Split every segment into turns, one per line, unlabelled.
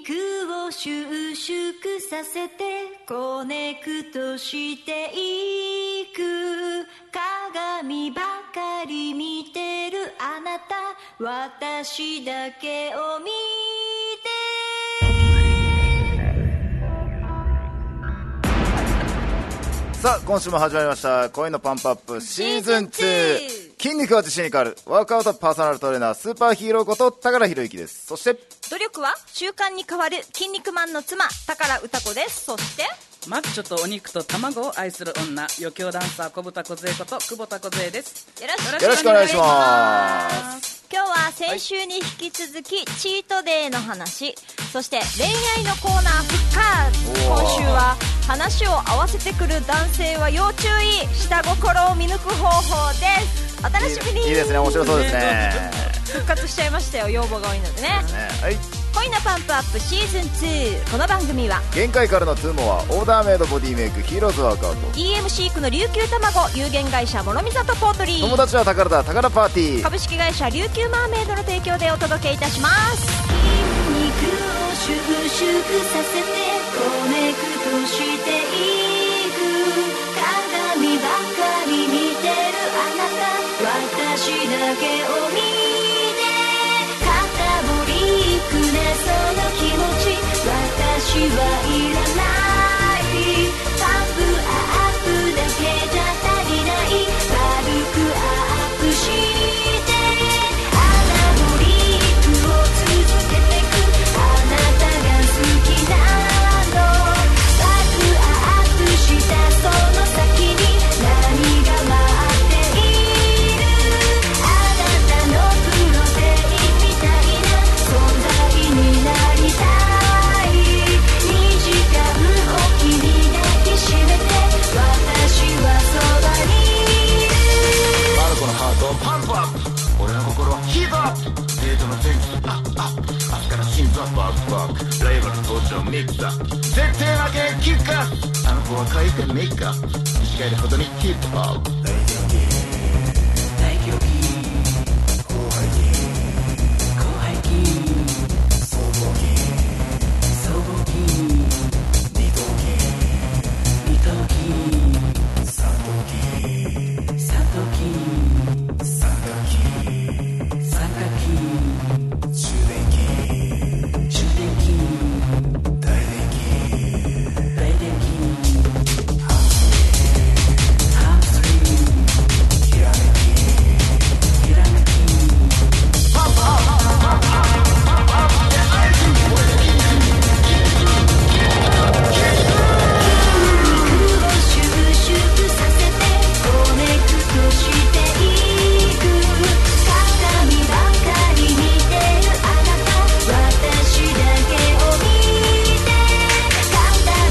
を収縮させてコネクトしていく鏡ばかり見てるあなた私だけを見て
さあ今週も始まりました「声のパンプアップシーズン2」筋肉は自信に変わるワークアウトパーソナルトレーナースーパーヒーローこと高良博之ですそして
努力は習慣に変わる筋肉マンの妻宝歌子ですそして
マッチョとお肉と卵を愛する女余興ダンサー小豚梢こと久保田梢です
よろしく
よろしくお願いします
今日は先週に引き続きチートデイの話そして恋愛のコーナー復活
おー
今週は話を合わせてくる男性は要注意下心を見抜く方法ですお楽しみに
いいですね面白そうですね
復活しちゃいましたよ要望が多いのでね
ねはい
恋のパンプアップシーズン2この番組は
限界からのツーモはオーダーメイドボディメイクヒーローズワークアウト
DM シークの琉球卵有限会社諸見里ポートリー
友達は宝だ宝パーティー
株式会社琉球マーメイドの提供でお届けいたします筋肉を収縮させてコネクトしていく鏡ばかり見てるあなた私だけを見て肩ぼりくねその気持ち私はいらないパンプアップだけじゃ足りない軽くアップしてアナボリックを続けてくあなたが好きなのバックアップしたその先に何が待っているあなたのプロテインみたいな存在になりたい2時間おきに抱きしめて私はそばにいる
マルコのハートをパンプアップ俺の心はヒートアップデートの天気アップアップ明日から心臓バクバクライバル登場ミックスアップ絶対負けキックアップあの子は可愛くメイクアップ短いほどにヒップアップ
収縮させてコネクトしていく鏡ばかり見てるあなた私だけを見て肩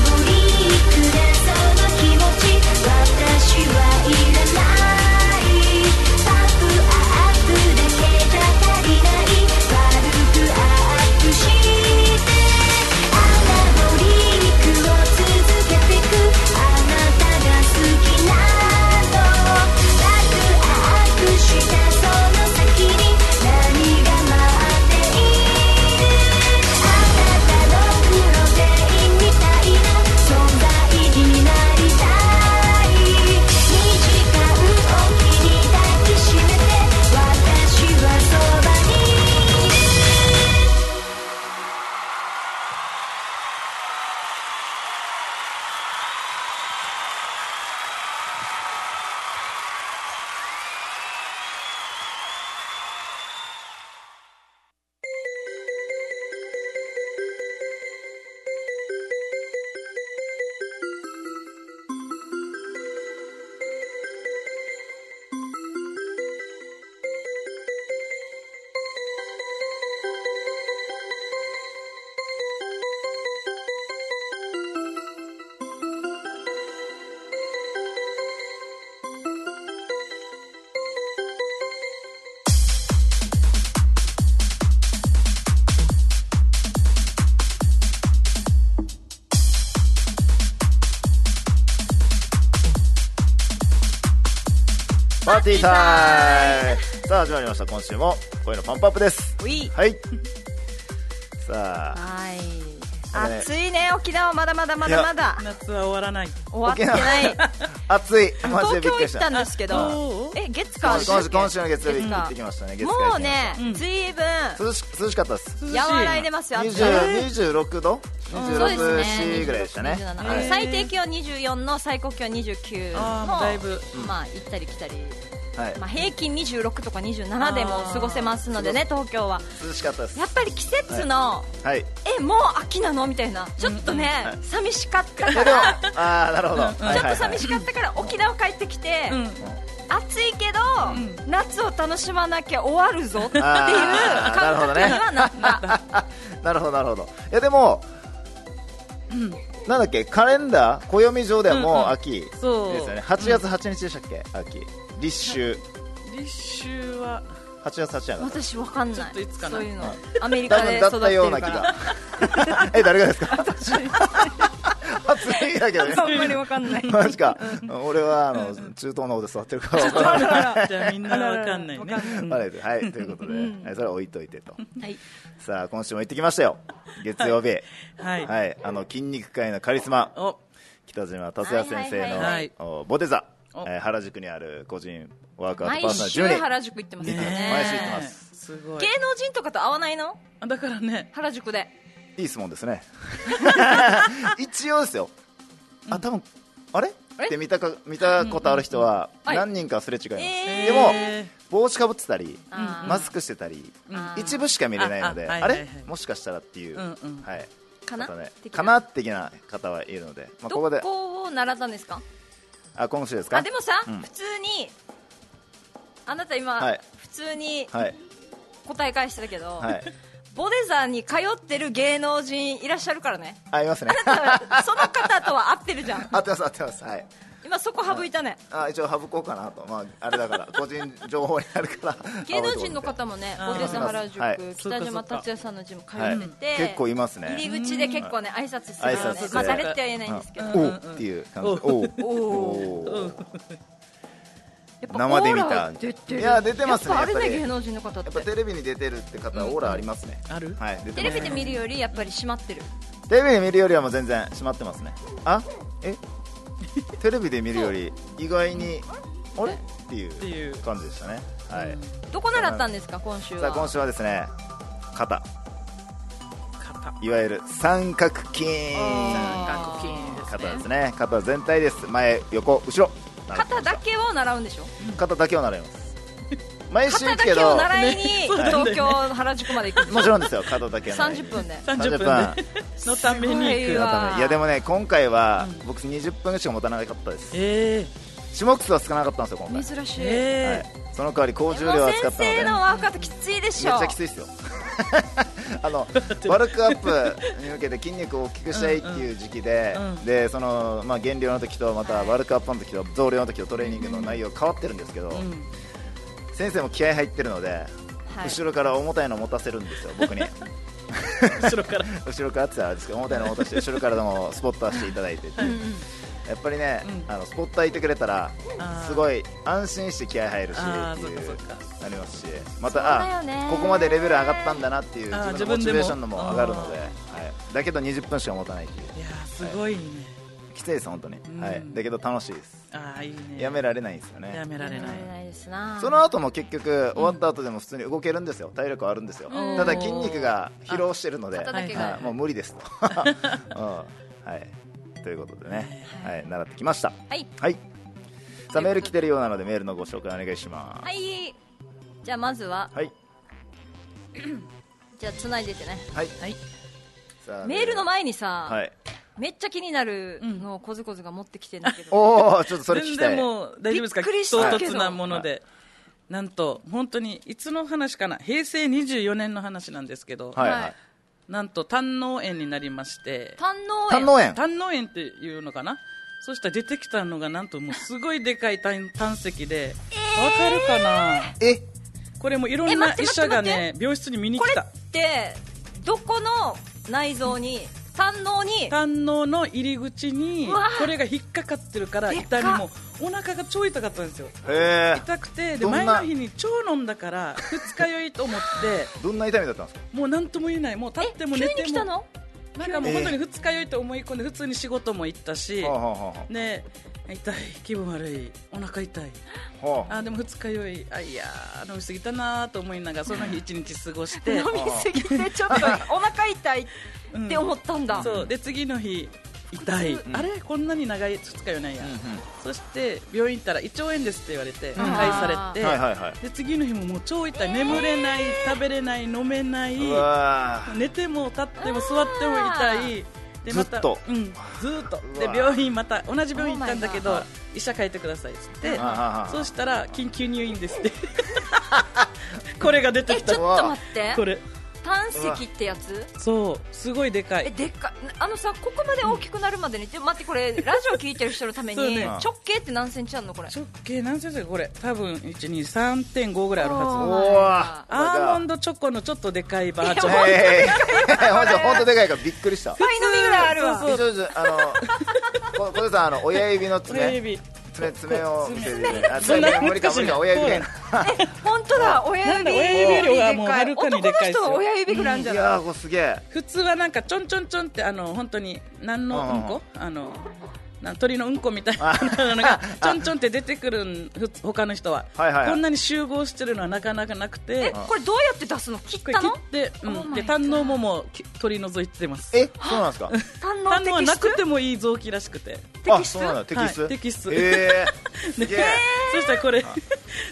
ぶりくれその気持ち私はいらないパップアップだけじゃ足りない軽くアップしてアナボリックを続けてくあなたが好きなのバックアップしたその先に何が待っているあなたのプロテインみたいな存在になりたい2時間おきに抱きしめて私はそばにいる
パーティータイムさあ始まりました今週 も声のパンプアップです
うい
はいさあ
はい。
なんかね
暑いね沖縄まだまだまだまだ
夏は終わらない
終わってない
暑いマジ
東京
でびっくり
行っ
した
たんですけど
ど
え月か
今週今週今週の月曜日行ってきましたね月火行
も
っ
う
てきま
ね
し
うん
ずいぶ
た涼し涼しかったです
涼しい
ん和らいでますよ暑さ
20 26度
そうです
26
ね
四ぐらいでしたね
26 27
はい
へー
最低気温24の最高気温29
あー
の
だいぶ
まあ行ったり来たり、
はい
まあ、平均26とか27でも過ごせますのでね東京は
涼しかったです
やっぱり季節の、
はいい
えもう秋なのみたいなちょっとね、
うんうんはい
寂しかったか
やでも
ら
ああなるほどはいはい
ちょっ
は
と
い
寂しかったから沖縄帰ってきて、
うん
暑いけど、夏を楽しまなきゃ終わるぞっていう
あーなる
感
ほど
覚
ね
にはなった、
なるほどなるほどいやでもなんだっけカレンダー暦上では
うんう
もうん秋です
そう
よね8月8日でしたっけ秋立秋
立秋は
8月8日やな
私わかんない
ちょっといつかな
そういうのアメリ
だ
カで
いぶ
育っ
だってたよう
る
な
か
気
ら
が え誰がですか 暑いだけどね
あんまりわかんない
マジか俺はあの中東の方で座ってるから分からない
じゃあみんなわかんないね
わかんないはいということではいそれは置いといてと
はい
さあ今週も行ってきましたよ月曜日
はい、
はいあの筋肉界のカリスマ
お
北島達也先生の、
はい
はいはい
おボデザ、え
お
ー原宿にある個人ワークアウトパー
毎
ソナ
週
ル10人
原宿行ってますよね
ね毎週行ってます
すごい
芸能人とかと会わないの
あだからね
原宿で
いい質問ですね 一応ですよあ多分あれ
え
って見たか見たことある人は
はい
何人かすれ違います、
え
でも
え
帽子かぶってたり
あー
マスクしてたり
あー
一部しか見れないので
あ
あ
あはいはい
れ
はい
もしかしたらっていう、
うんうん
はい
かな
方ね
的な
かな的な方はいるので、まあ、ここ
ど
で
こを習ったんですか
あ今週ですか
あでもさ、
うん
普通にあなた今、
はい
普通に
はい
答え返してたけど、
はい
ボデザーに通ってる芸能人いらっしゃるから ね
あいま すね
その方とは合ってるじゃん
合ってます合ってますはい
今そこ省いたね
あ一応省こうかなと、まあ、あれだから個人情報にあるから
芸能人の方もね
あ
ボ
ー
デザー原宿、
はい
北
そうかそ
島
うか
達也さんのジム通
はい
ってて、
結構いますね
入り口で結構ね挨拶する
挨
よ
拶
ね
する
まあ誰っては言えないんですけど、
おうっていう感じおうおう
やっぱ
生で見
オーラ
た
出てる
いや出てますね
やっぱあれ
やっぱ
ね
り
芸能人の方っ
やっぱ
て
テレビに出てるって方はオーラありますね、
ある
はい出て
テ
ま
レ
す
ビで見るよりやっぱり締まってる
テレビで見るよりはもう全然閉まってますねあ えテレビで見るより意外にあれって
て
い
いうう
感じでしたねはい、
どこ習ったんですか今週は
さあ今週はですね肩
肩
いわゆる三角筋
三角筋ですね
肩ですね肩全体です前横後ろ
肩だけを習うんでしょ
肩だけを習います毎
肩
週
だ
行くけ
けを
ど
習いに
ね
東京原宿まで行くんで
も
す
ちろんですよ肩だけを習いに
30分で
30
30
分
分
のために行
すごい
く
わ
いやでもね今回は僕20分しか持たなかったです
えー、
下靴は少なかったんですよ今回
珍しい、
は
え
いその代わり高重量
も
は
う
使
先
ったので
生のワークアウトきついでし
めっ
ょ
ちゃきついですよ あのバルクアップに向けて筋肉を大きくしたいっていう時期で、
うんうん
でそのまあ減量の時とまたバルクアップの時と増量の時とトレーニングの内容変わってるんですけど、
ーうん
先生も気合入ってるので、
はい
後ろから重たいの持たせるんですよ僕に
後 ろから
後ろからって言ったらあれですけど重たいの持たせて後ろからでもスポットしていただいてっていうやっぱりね、
う
あのスポット開いてくれたら
あー
すごい安心して気合入るし
あー
っていう
そっかそっか
なりますしま
そ
た
うだよ
あ
ね
ここまでレベル上がったんだなっていう
あー
自分のモチベーションのも上
自分
が
で
る
も
ので、はい、だけど20分しか持たないっていう
いやーすごいね
きついです本当に、
ん
はい、だけど楽しいです
ああいいね
やめられないんですよね
やめられない
ないですな
その後も結局終わった後でも普通に動けるんですよ体力はあるんですよ
うん
ただ筋肉が疲労してるので
肩だけ
は
が
いもう無理ですと、うんはい、ということでね、はい、習ってきました
はい
はいさあメール来てるようなのでメールのご紹介お願いしま
はいじゃあまずは
すはい
じゃあつないでてね
はい、
はい
さあ
メールの前にさ、
はい
めっちゃ気になるのをコズコズが持ってきてんだけど、
おおちょっとそれ聞き
全
た
然
い
もう大丈夫ですか
びっくりした
唐
けど
突なものでなんと本当にいつの話かな平成24年の話なんですけど、
はいは
はいい
なんと胆の園になりまして
胆の
胆の園
胆の園っていうのかなそしたら出てきたのがなんともうすごいでかい胆胆石でわかるかな
え
これもいろ
え
ん
待
な
って
医
待って
者がね病室に見に
こ
来
れ
た
ってどこの内臓に胆のに
胆のの入り口に
うわ
これが引っかかってるから
でっ
痛
か
みもお腹が超痛かったんですよ
へえ
痛くてで
どんな
前の日に超飲んだから二日酔いと思って
どんな痛みだったんですか
もう何とも言えないもう立っても
急
寝て
に
も
来たの
なんかもう本当に二日酔いと思い込んで普通に仕事も行ったし、
はあはあはあ
ね痛い気分悪いお腹痛い
はあ
あでも二日酔いあいやー飲みすぎたなーと思いながらその日一日過ごして
飲みすぎてちょっとお腹痛いって思ったんだ、
そうで次の日痛い、あれこんなに長い二日酔いなんや、そして病院行ったら胃腸炎ですって言われて
ん
返されて、
はいはいはい
で次の日ももう超痛い眠れない、食べれない飲めないう
わー
寝ても立っても座っても痛いで
ずっと
またうん、ずっと
う
で
わ
病院また同じ病院行ったんだけ
お
ど
前が
医者変えてくださいっつって
あはは
そうしたら緊急入院ですってこれが出て
え
き
ちょったと待って
これ
胆石ってやつ
そうすごいでか
え
い
でっかあのさここまで大きくなるまでに、でも待ってこれラジオ聞いてる人のため
そう
に、
ね
直径って何センチあるのこれ
直径何センチだこれ多分123.5ぐらいあるはず
おわ
アーモン
ド
ドチョコのちょっとでかいバージョン
ええ本当でかいからびっくりした
倍のみぐらいあるわ
そう
一応あのこ小手さんあの親指の
親
爪
指
爪爪を見せてあ
爪
爪無理か
そ
無
ん
理
な
か親指が
難し
本当だ親
なんだ
指
親指よりはもうはるかにでかいっす
男
よ
の人の親指ぐらいあるんじゃ
い
ない
やーこれすげえ
普通はなんかちょんちょんちょんってあの本当に何のうんこあのなん鳥のうんこみたいなの がちょんちょんって出てくるんふつ他の人は
はいはいはい
こんなに集合してるのはなかなかなく
え
てこ
これどうやって出すの切っ
れ
た
切
の
って、う
Oh
ん、
my
で
God
胆のももき取り除いてます
えそうなんですか
胆の
胆のは
摘
な
出
くてもいい臓器らしくて
あそうなんだ
は
摘
い
出
摘出
ええす
ね
げえ
そしたらこれ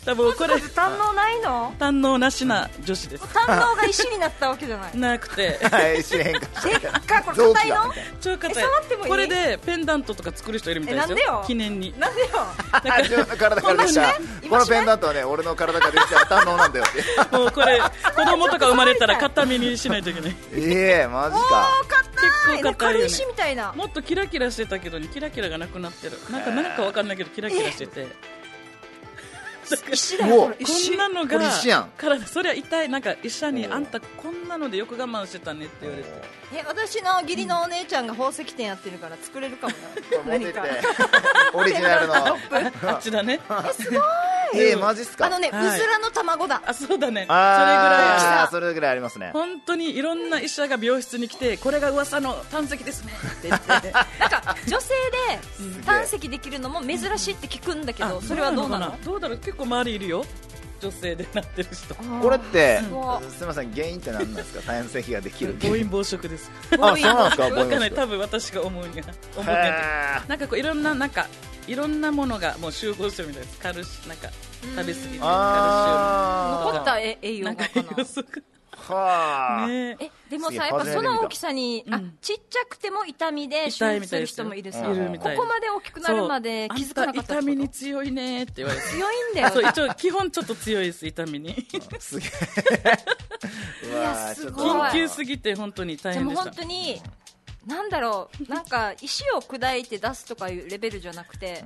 多分これ
胆のないの
胆のなしな女子です
胆のが石になったわけじゃないで
なく て
はい一変化
っかいこれ硬いの
臓器がみたい
超硬
え触ってもいい
これでペンダントとか作る人いるみたいですよ
えなんでよ
記念に
なんでよ
あ自分の体からできた
こんなね
このペンダントはね俺の体からできた頭脳なんだよって
もう これ子供とか生まれたら固めにしないといけない
ええマジか
おー硬い
結構硬いよね
軽石みたいな
もっとキラキラしてたけどキラキラがなくなってるなんかなんかわかんないけどキラキラしてて
石だよ
も
これ
う
こんなの
これ
が
石やん
体そりゃ痛いなんか医者に
おう
あんたこんなのでよく我慢してたねって言われて
え私の義理のお姉ちゃんが宝石店やってるから作れるかもな
持って
何
って
か
オリジナルの
あっちだね
ええマジっすか
あのね、
はいう
ずらの卵だ
あそうだねそれぐらい
あーそれぐらいありますね
本当にいろんな医者が病室に来てこれが噂の胆石ですねって言って
なんか女性で胆石できるのも珍しいって聞くんだけど
あ
それはどうなの
かどうだろう結構周りいるよ女性でなってる人
これって
すごい
すみません原因って何なんですか胆石ができる
暴飲暴食です
あそうなんですか
わかん
暴飲
ない
暴食
多分私が思うには思うには
へ
なんかこういろんななんかいろんなものがもう集合してるみたいです。カルシなんか食べ過ぎてカルシウム
ー
とか
あ
残ったえ栄養
なん
が
か
かな
予測
ーはあ
ねえ
えでも
すげ
さ
え
やっぱ
初め
そ
て見た
の大きさに、あ
うん
ちっちゃくても痛みで手
痛
術
いみ
す
たい
る
です
人
よ
もいるさ
いるみ
こ
たいです
こまで大きくなるまで気づかなかった
そうあんた痛み
人
に強いねって言われて。
強いんだ
そう
よ
一応基本ちょっと強いです痛みに
す げえう
いや
わー
すごい
ちょっと
緊急すぎて本当に大
で
変で
も
し
本
た
当になんだろうなんか石を砕いて出すとかいうレベルじゃなくて、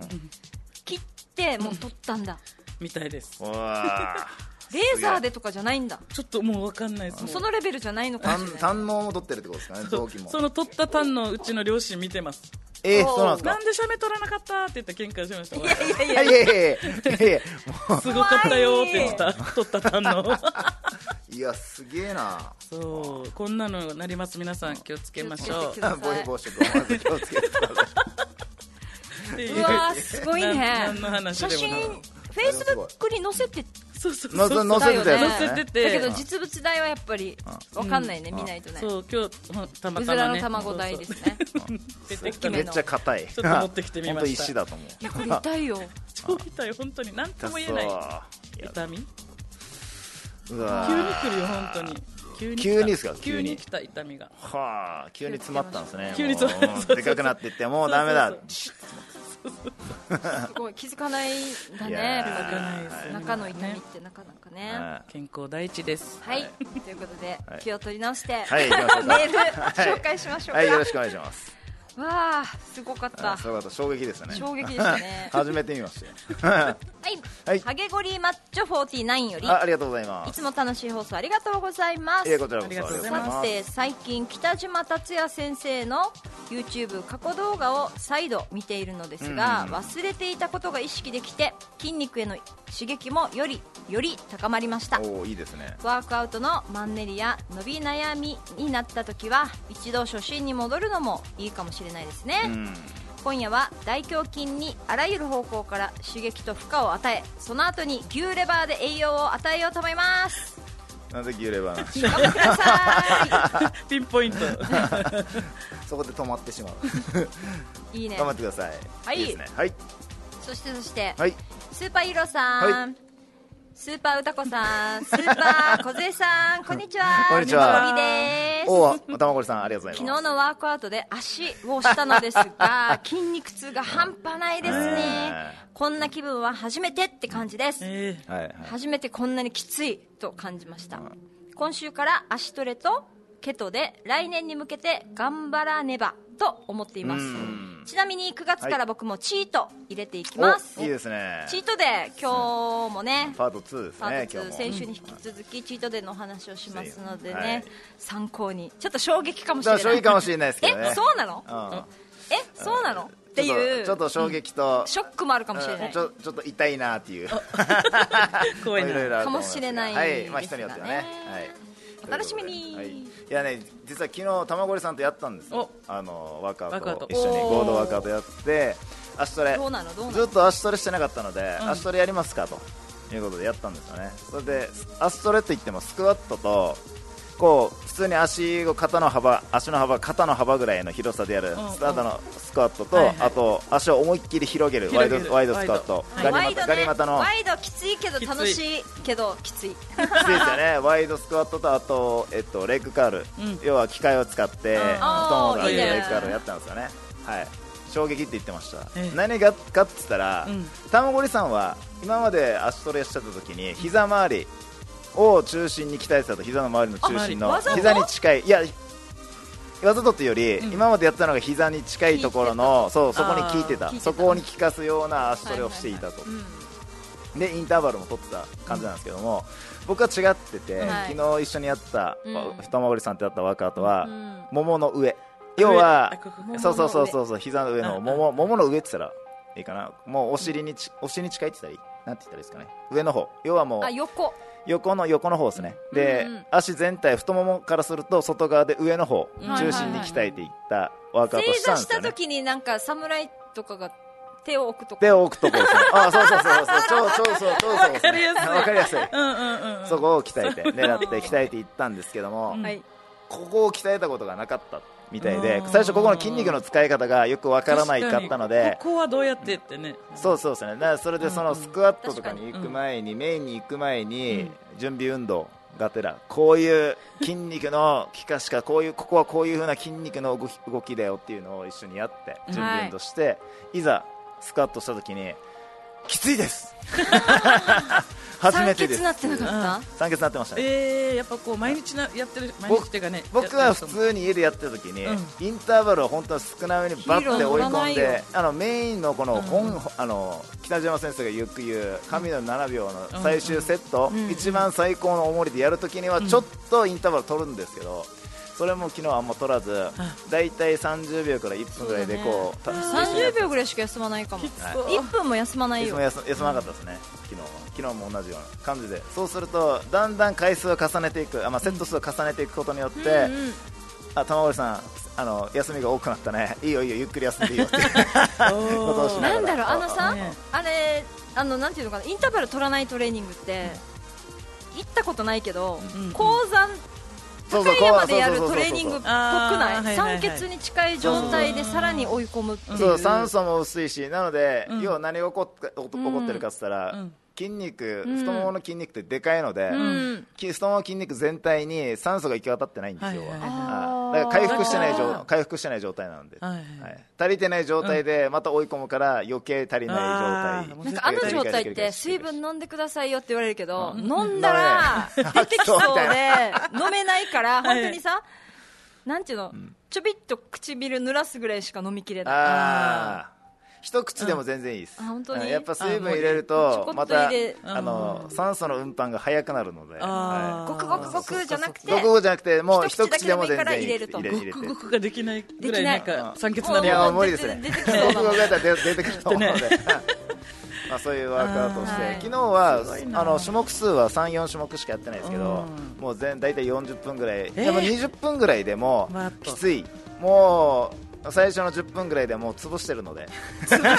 切ってもう取ったんだ、
みたいです
うわ
レーザーでとかじゃないんだ
ちょっともうわかんないですもう
そのレベルじゃないのかもしれ
ー
ない
胆のも取ってるってことですかね臓器も
その取ったタンのうちの両親見てます
えーそうなんです
な
か
んでシャメ取らなかったって言って喧嘩しました
いやい
い
や
や
い
い
や
やいやいやいやも
すごかったよって言ってた取ったタンの
ういやすげえな
そうこんなのなります皆さん気をつけましょう
気をつけてください
ボイボ食をまず気をつけてく ださい
っていう
うわーすごいね
何の話で
写真
もな
フェイスブックに載せて
そうそうそ
の
うそ
ぞ
う
の
だ
せ
よ
て
ね
たやつ
載せてて
だけど実物大はやっぱりわかんないね、
うん
見ないとね
そう今日ほんたま
うず
たま
らの
ね
卵大ですね
出てきた
大き
め
ね
っちゃ硬い
ちょっと持ってきてみました
本当石だと思う
いやこれ痛いよ
超痛い本当に何とも言えない痛み
うわ
急に
ー
来るよ本当に急に来た
急にですか急
急
に
に来た痛みが
はあ急に詰まったんですね
急に詰まった
もう
そうそうそう
でかくなっていってもうダメだ
そう
すごい気づかないんだね
いやー
やっぱり
行かないです
中の痛みってなかなかね
は
健康第一です
はい、ということで、
はい
気を取り直して、
い行きましょうか
メール紹介しましょうか、
はいよろしくお願いします
わあすごかった
あそういうこと衝撃でしたね
衝撃でしたね
初めて見ましたよ
はい、
はい
ハゲゴリマッチョ49より
あありがとうございま
い
す
つも楽しい放送ありがとうございます
いえこちらこそ
ありがとうございます
さて最近北島達也先生の YouTube 過去動画を再度見ているのですが、
うん
忘れていたことが意識できて筋肉への刺激もよりより高まりました
おおいいですね
ワークアウトのマンネリや伸び悩みになった時は一度初心に戻るのもいいかもしれないですね、
うん
今夜は大胸筋にあらゆる方向から刺激と負荷を与えその後に牛レバーで栄養を与えようと思い ます
なんで牛レバーなんでしょ
頑張ってくださ
ピンポイント
うそこで止まってしまう
いいいね
頑張ってください
はい
いですねはい
そしてそして、
はい
スーパーイーローさん、
はい
スーパー歌子さんスーパー小杉さんこんにちは
こんにちは
みどりです
おお玉こりさんありがとうござい
昨
ま
日
す
のワークアウトで足をしたのです が筋肉痛が半端ないですね
ね
こんな気分は初めてって感じです
ええ
はいはい
初めてこんなにきついと感じました今週から足トレとケトで来年に向けて頑張らねばと思っています
うん
ちなみに9月から僕もチート入れていき
お
ます、
いいですね
チートで今日もね
パート2です
パー
ね
ト
今日
2
も
先週に引き続きチートデーのお話をしますのでね、
はい
参考にちょっと衝撃かもしれ
だ
な
か
い
ら衝撃かもしれないですけどね
えそうなの
うん
えそうなのっていう
ちょっとちょっと衝撃と
ショックもあるかもしれない、
うんちょちょっと痛いなっていう
怖いな
ろろあると思
かも
う
しれない
はいまあ人によっては
で
ねは
すがね
い
お楽しみに
ということではい、いやね実は昨日玉堀さんとやったんですよあのワークアウ
ワー
ト
クア
を
ウト
一緒に合同ワークアウトやって足トレ
どうなのどうなの
ずっと足トレしてなかったので、
ん
足トレやりますかということでやったんですよねそれで足トレって言ってもスクワットとこう普通に足を肩の幅足の幅肩の幅ぐらいの広さでやる
ん
スタートのスクワットと、
はいはい
あと足を思いっきり広げるワイ
広げる
ドワイドスクワット
ワイ
ガ
ド
ワ
ニ
イド
股
ね
ガニ股の
ワイドきついけど楽しいけどきつい
きついですよねワイドスクワットとあと、えっと、レッグカール、
うん
要は機械を使って
うん
布団を使って
いい
レ
ね
ッグカールをやったんですよねはい衝撃って言ってました
ええ
何がかって言ったら
うん
玉森さんは今まで足トレしてた時に膝周りを中心に鍛えてたと膝の周りの中心
あ
の
わざと
膝に近いいやわざとっていうより、
うん
今までやってたのが膝に近いところのそうそこに効いて
あ
た
ー効いてた
そこに効かすような足トレをしていたと、でインターバルも取ってた感じなんですけども、僕は違ってて、
はい
昨日一緒にやった、
うん
わ太まごりさんとやったワークアウトは、
うん
桃の上要は
あこここ
そうそうそうそうそう膝の上
うん
の
うん
桃桃の上って言ったらいいかなもうお尻にちお尻に近いって言ったらいいなんて言ったらいいですかね上の方要はもう
あ横
横の横の方ですねで、
うんうん
足全体太ももからすると外側で上の方
うん
中心に鍛えていったワークアウ
正
トした
座
んで
し
す
た
よね
時になんか侍とかが手を置くとか
で置くとこですねあそうそうそうそう超 超超超そうですね
わかりやすい
わかりやすい
うんうんうんうん
そこを鍛えて狙って鍛えていったんですけども、
うん
はい
ここを鍛えたことがなかったみたいで
うん
最初ここの筋肉の使い方がよくわからないかったの
確かに
で
ここはどうやってってね
そうそうですねだからそれでそ
うんう
の
ん
スクワットとかに行く前にメインに行く前
う
に
ん
準備運動がてらこういう筋肉の効かしかこういうここはこういう風な筋肉の動き動きだよっていうのを一緒にやって準備運動して、い、ざスクワットした時にきついです初めてです
酸欠なってなかっ
酸欠なってましたね
ええやっぱこう毎日なやってる毎日っていうかね
僕は普通に家でやってた時に、
うん
インターバルを本当に少なめにバッて追い
ヒーロー乗らな
込ん
いよ
であのメインのこの本、
うん
あの北島先生がよく言う神の7秒の最終セット、
うん
一番最高の重りでやるときには
うん
ちょっとインターバル取るんですけど、それも昨日あんま取らず大体30秒から1分ぐらいでこうた
た30秒ぐらいしか休まないかも1分も休まない
いつ
よ
も休休まなかったですね、昨日は昨日も同じような感じでそうするとだんだん回数を重ねていくあ、まあ、セット数を重ねていくことによって、
うんうん
あ玉森さんあの休みが多くなったね いいよいいよゆっくり休んでい いよって ことをし
通
な
なん
が
だろう
ら
あのさ
ね
あれあのなんていうのかなインターバル取らないトレーニングって行ったことないけど
うん
高山
そう
高
そう
い山でやるトレーニングっぽ
そう
く
そう
あー
な
は
いい
はいは
酸
い
欠に近い状態でさらに追い込むっていう
そう酸素も薄いしなので、
うん
要は何が起こっ起こってるかって言ったら、
うん
筋肉
ん
太ももの筋肉ってでかいので、
うん
き太ももの筋肉全体に酸素が行き渡ってないんですよ、
はいはい
はいだから回復してない状回復してない状態なんで、
はい
はい足りてない状態でまた追い込むから余計足りな
あ
い
ー
状態
なんかあの状態って水分飲んでくださいよって言われるけど、飲んだら
飲め
出てきそう
吐きそうみ
で飲めないから本当にさ、なんていうの、ちょびっと唇濡らすぐらいしか飲みきれない
ああ一口でも全然いいです、
うんあ本当に
うんやっぱ水分入れる
あも
と
うちょ
ま
こっと
た
入れ
あの酸素の運搬が早くなるので、
あー
ごくごくごくじゃなくて
ごくごくじゃなくてもう
一
一
口
口
で
で
も
も
いい
全
から
然い
入れ
いで
る
す
と
入れ
ご
て入
く
れ
ご
て
くができないぐらいなんか酸欠
ご
ない
い
るよ
やもう無理ですね
出てきそう
ご
だ
く
も
ご
ん
くやった ら出出てくると思うので まあそういうワークアウトをして
はい
昨日はあの種目数は34種目しかやってないですけど
う
もう全大体40分ぐらい
えー
でも20分ぐらいでも
わーっと
きついもう最初の10分ぐらいでもう潰してるので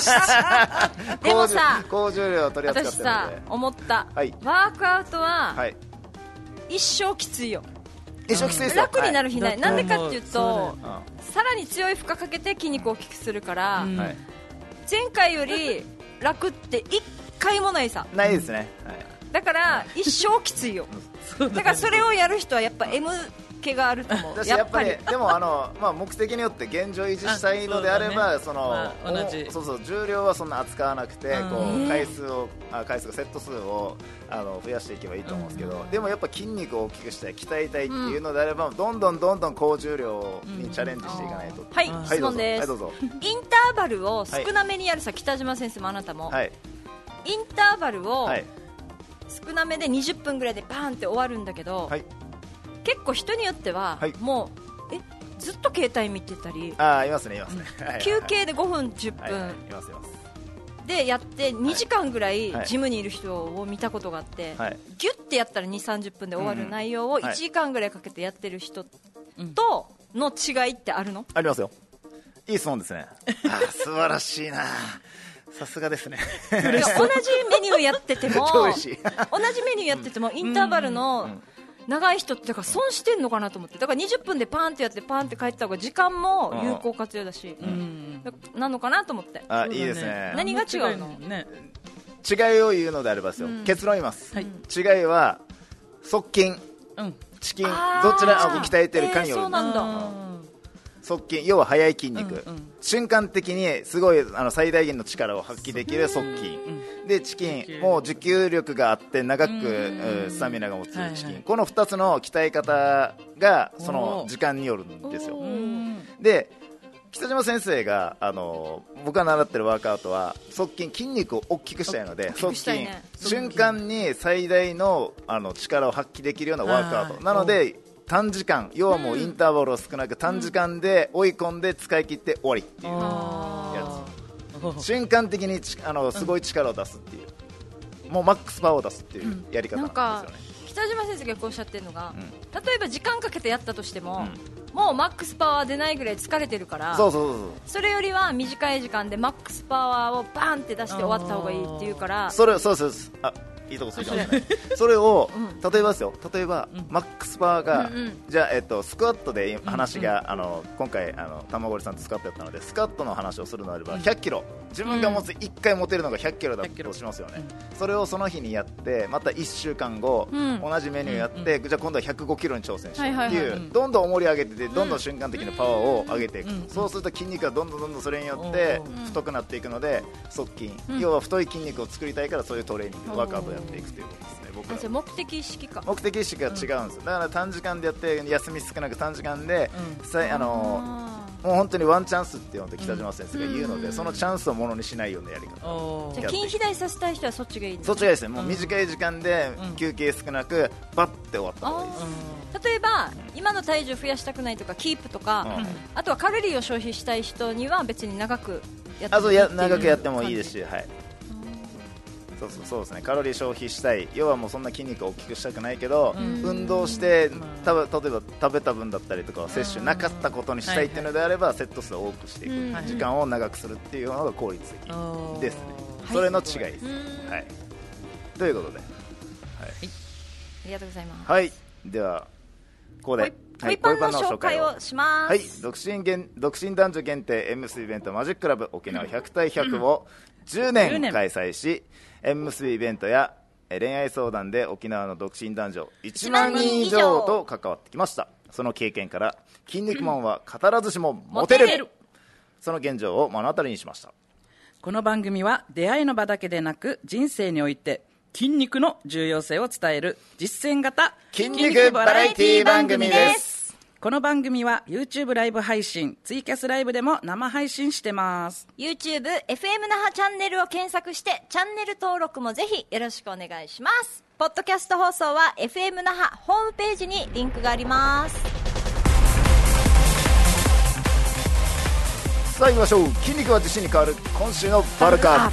でもさ
高重高重量を取り扱
私
ってるの
さ
で
思った、
はい
ワークアウト
は
はい一生きついよ、
一生きついですよ
楽になる日ない、
はい
なんでかっていうと
そう
はい
さらに強い負荷かけて筋肉を大きくするから、
うん
うんはい
前回より楽って一回もないさ
ないですねはい
だから一生きついよ
そう
だ
だ
からそれをやる人はやっぱ M 系があると思う
私
や
や
っ
っ
ぱ
ぱ
り
り でもあの、まあ、目的によって現状維持したいのであれ
あ
ば
そ
そう
だね
の
まあ
お
同じ
そうそう重量はそんな扱わなくて
うん
こ
ね
う回数をあ回数セット数をあの増やしていけばいいと思うんですけどでもやっぱ筋肉を大きくしたい鍛えたいっていうのであればどんどんどんどん高重量にチャレンジしていかないと。
はい、
はい
質
ど
問
うぞ
で
はい
す、
どうぞ
インターバルを少なめにやるさ、北島先生もあなたも、
はい
インターバルを
はい
少なめで20分ぐらいでバーンって終わるんだけど、
はい
結構人によっては、
はい
もうえずっと携帯見てたり
あーいますねいますねはい
休憩で5分10
はいはい
分
いますいます
でやって2時間ぐらい
はい
ジムにいる人を見たことがあって、
はい
ギュッてやったら2 3 0分で終わる内容を
うんは
1
い
時間ぐらいかけてやってる人
うん
との違いってあるの、
ありますよいい質問ですねあー素晴らしいなさすが ですね
いや同じメニューやって ても
超
同
美味し
じ
い
メニューやっててもインターバルの長い人ってだから損してんのかなと思ってだから20分でパーンってやってパーンって帰った方が時間も有効活用だし、
うん
なのかなと思って
あ
そうだね
いいですね
何が違うの
ね
違いを言うのであればですよ、結論言います、
はい
違いは側近
うん
チキン
あー
どちらを鍛えてるかによ
えーそう
る、
なんだ
側近要は速い筋肉、
うんうん
瞬間的にすごいあの最大限の力を発揮できる側近、でチキ
持久
ンもう持久力があって長く、
うん
うんスタミナが持つチキン、
はいはい
この2つの鍛え方がそ
お
の
ー
時間によるんですよ、
おー
うん
で北島先生があの僕が習ってるワークアウトは側近筋肉を大きくしたいので
大きく
側
した
筋、
いね
瞬間に最大のあの力を発揮できるようなワークアウ
あ
ト
ー
なので短時間要はもうインターバルを少なく短時間で追い込んで使い切って終わりっていう
あー
瞬間的にちあのすごい力を出すっていう、もうマックスパワーを出すっていうやり方
な
なんんです
か
よね。
北島先生がこうおっしゃってるのが、
うん
例えば時間かけてやったとしても、もうマックスパワー出ないぐらい疲れてるから
そうそうそうそう
それよりは短い時間でマックスパワーをバーンって出して終わった方がいいっていうから
それそうそうそうあいいとこついてますねそれを、例えばですよ例えば、マックスパワーが、
うんうん
じゃあ、えっと、スクワットで今話が、あの今回あの玉森さんとスクワットやったのでスクワットの話をするのであれば、100キロ自分が持つ1回持てるのが100キロだ
100キロ
としますよね、それをその日にやってまた1週間後、
うん
同じメニューやって、じゃあ今度は105キロに挑戦してっていう、
はいはいはい
うん
どんどん重り上げててどんどん瞬間的なパワーを上げていく、
うんうん
そうすると筋肉がどんどんどんどんそれによって
うん
太くなっていくので側筋、
ん
要は太い筋肉を作りたいからそういうトレーニングワークアウトをやっていくということですね僕
あ
ら
じゃあ
は
目的意識か
目的意識が違うんですよだから短時間でやって休み少なく短時間で、
うん
さいあの
あー
もう本当にワンチャンスっていうので北島先生が言うので、
うん
そのチャンスをものにしないようなやり方、
お
じ
ー
ゃあ筋肥大させたい人はそっちがいいんだね
そっちがいいですねもう短い時間で休憩少なくバッて終わった方がいいです、
例えば今の体重増やしたくないとかキープとか、
うん
あとはカロリーを消費したい人には別に長くやって
あ
も
そう
いいっ
や
ていう
長くやってもいいですし、はい、そうそうそうですねカロリー消費したい要はもうそんな筋肉を大きくしたくないけど、
ん
運動して
まあ
た例えば食べた分だったりとか摂取なかったことにしたいっていうのであれば、セット数を多くしていく、
うん
時間を長くするっていうのが効率的
おー
ですね
はい
それの違いです、
うん
はい、ということで
ありがとうございます
はいではここで
恋パンの紹介
はい
をします、
はい、独身限独身男女限定 M スイベントマジッククラブ沖縄100対100を10
10
年
年
開催し M スイベントやえ恋愛相談で沖縄の独身男女1万人以上と関わってきましたその経験から筋肉マンは語らずしもモテる
モテる
その現状を目の当たりにしました
この番組は出会いの場だけでなく人生において筋肉の重要性を伝える実践型
筋肉バラエティ番組です
この番組は YouTube ライブ配信、ツイキャスライブでも生配信してます。
YouTube、FM 那覇チャンネルを検索して、チャンネル登録もぜひよろしくお願いします。ポッドキャスト放送は FM 那覇ホームページにリンクがあります。
さあ行きましょう筋肉は自信に変わる今週のバルカ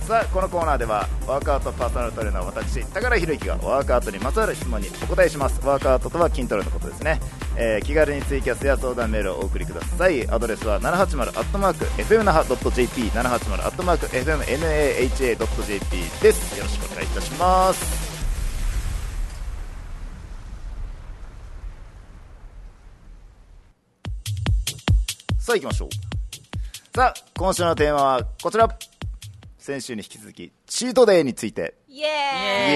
さあこのコーナーではワークアウトパーソナルトレーナー私高原宏之がワークアウトにまつわる質問にお答えしますワークアウトとは筋トレのことですね、えー気軽にツイキャスや相談メールをお送りくださいアドレスは 780-fmnaha.jp 780-fmnaha.jp ですよろしくお願いいたしますさあ行きましょうさあ今週のテーマはこちら先週に引き続きチートデイについて
イエ
イ
ーイ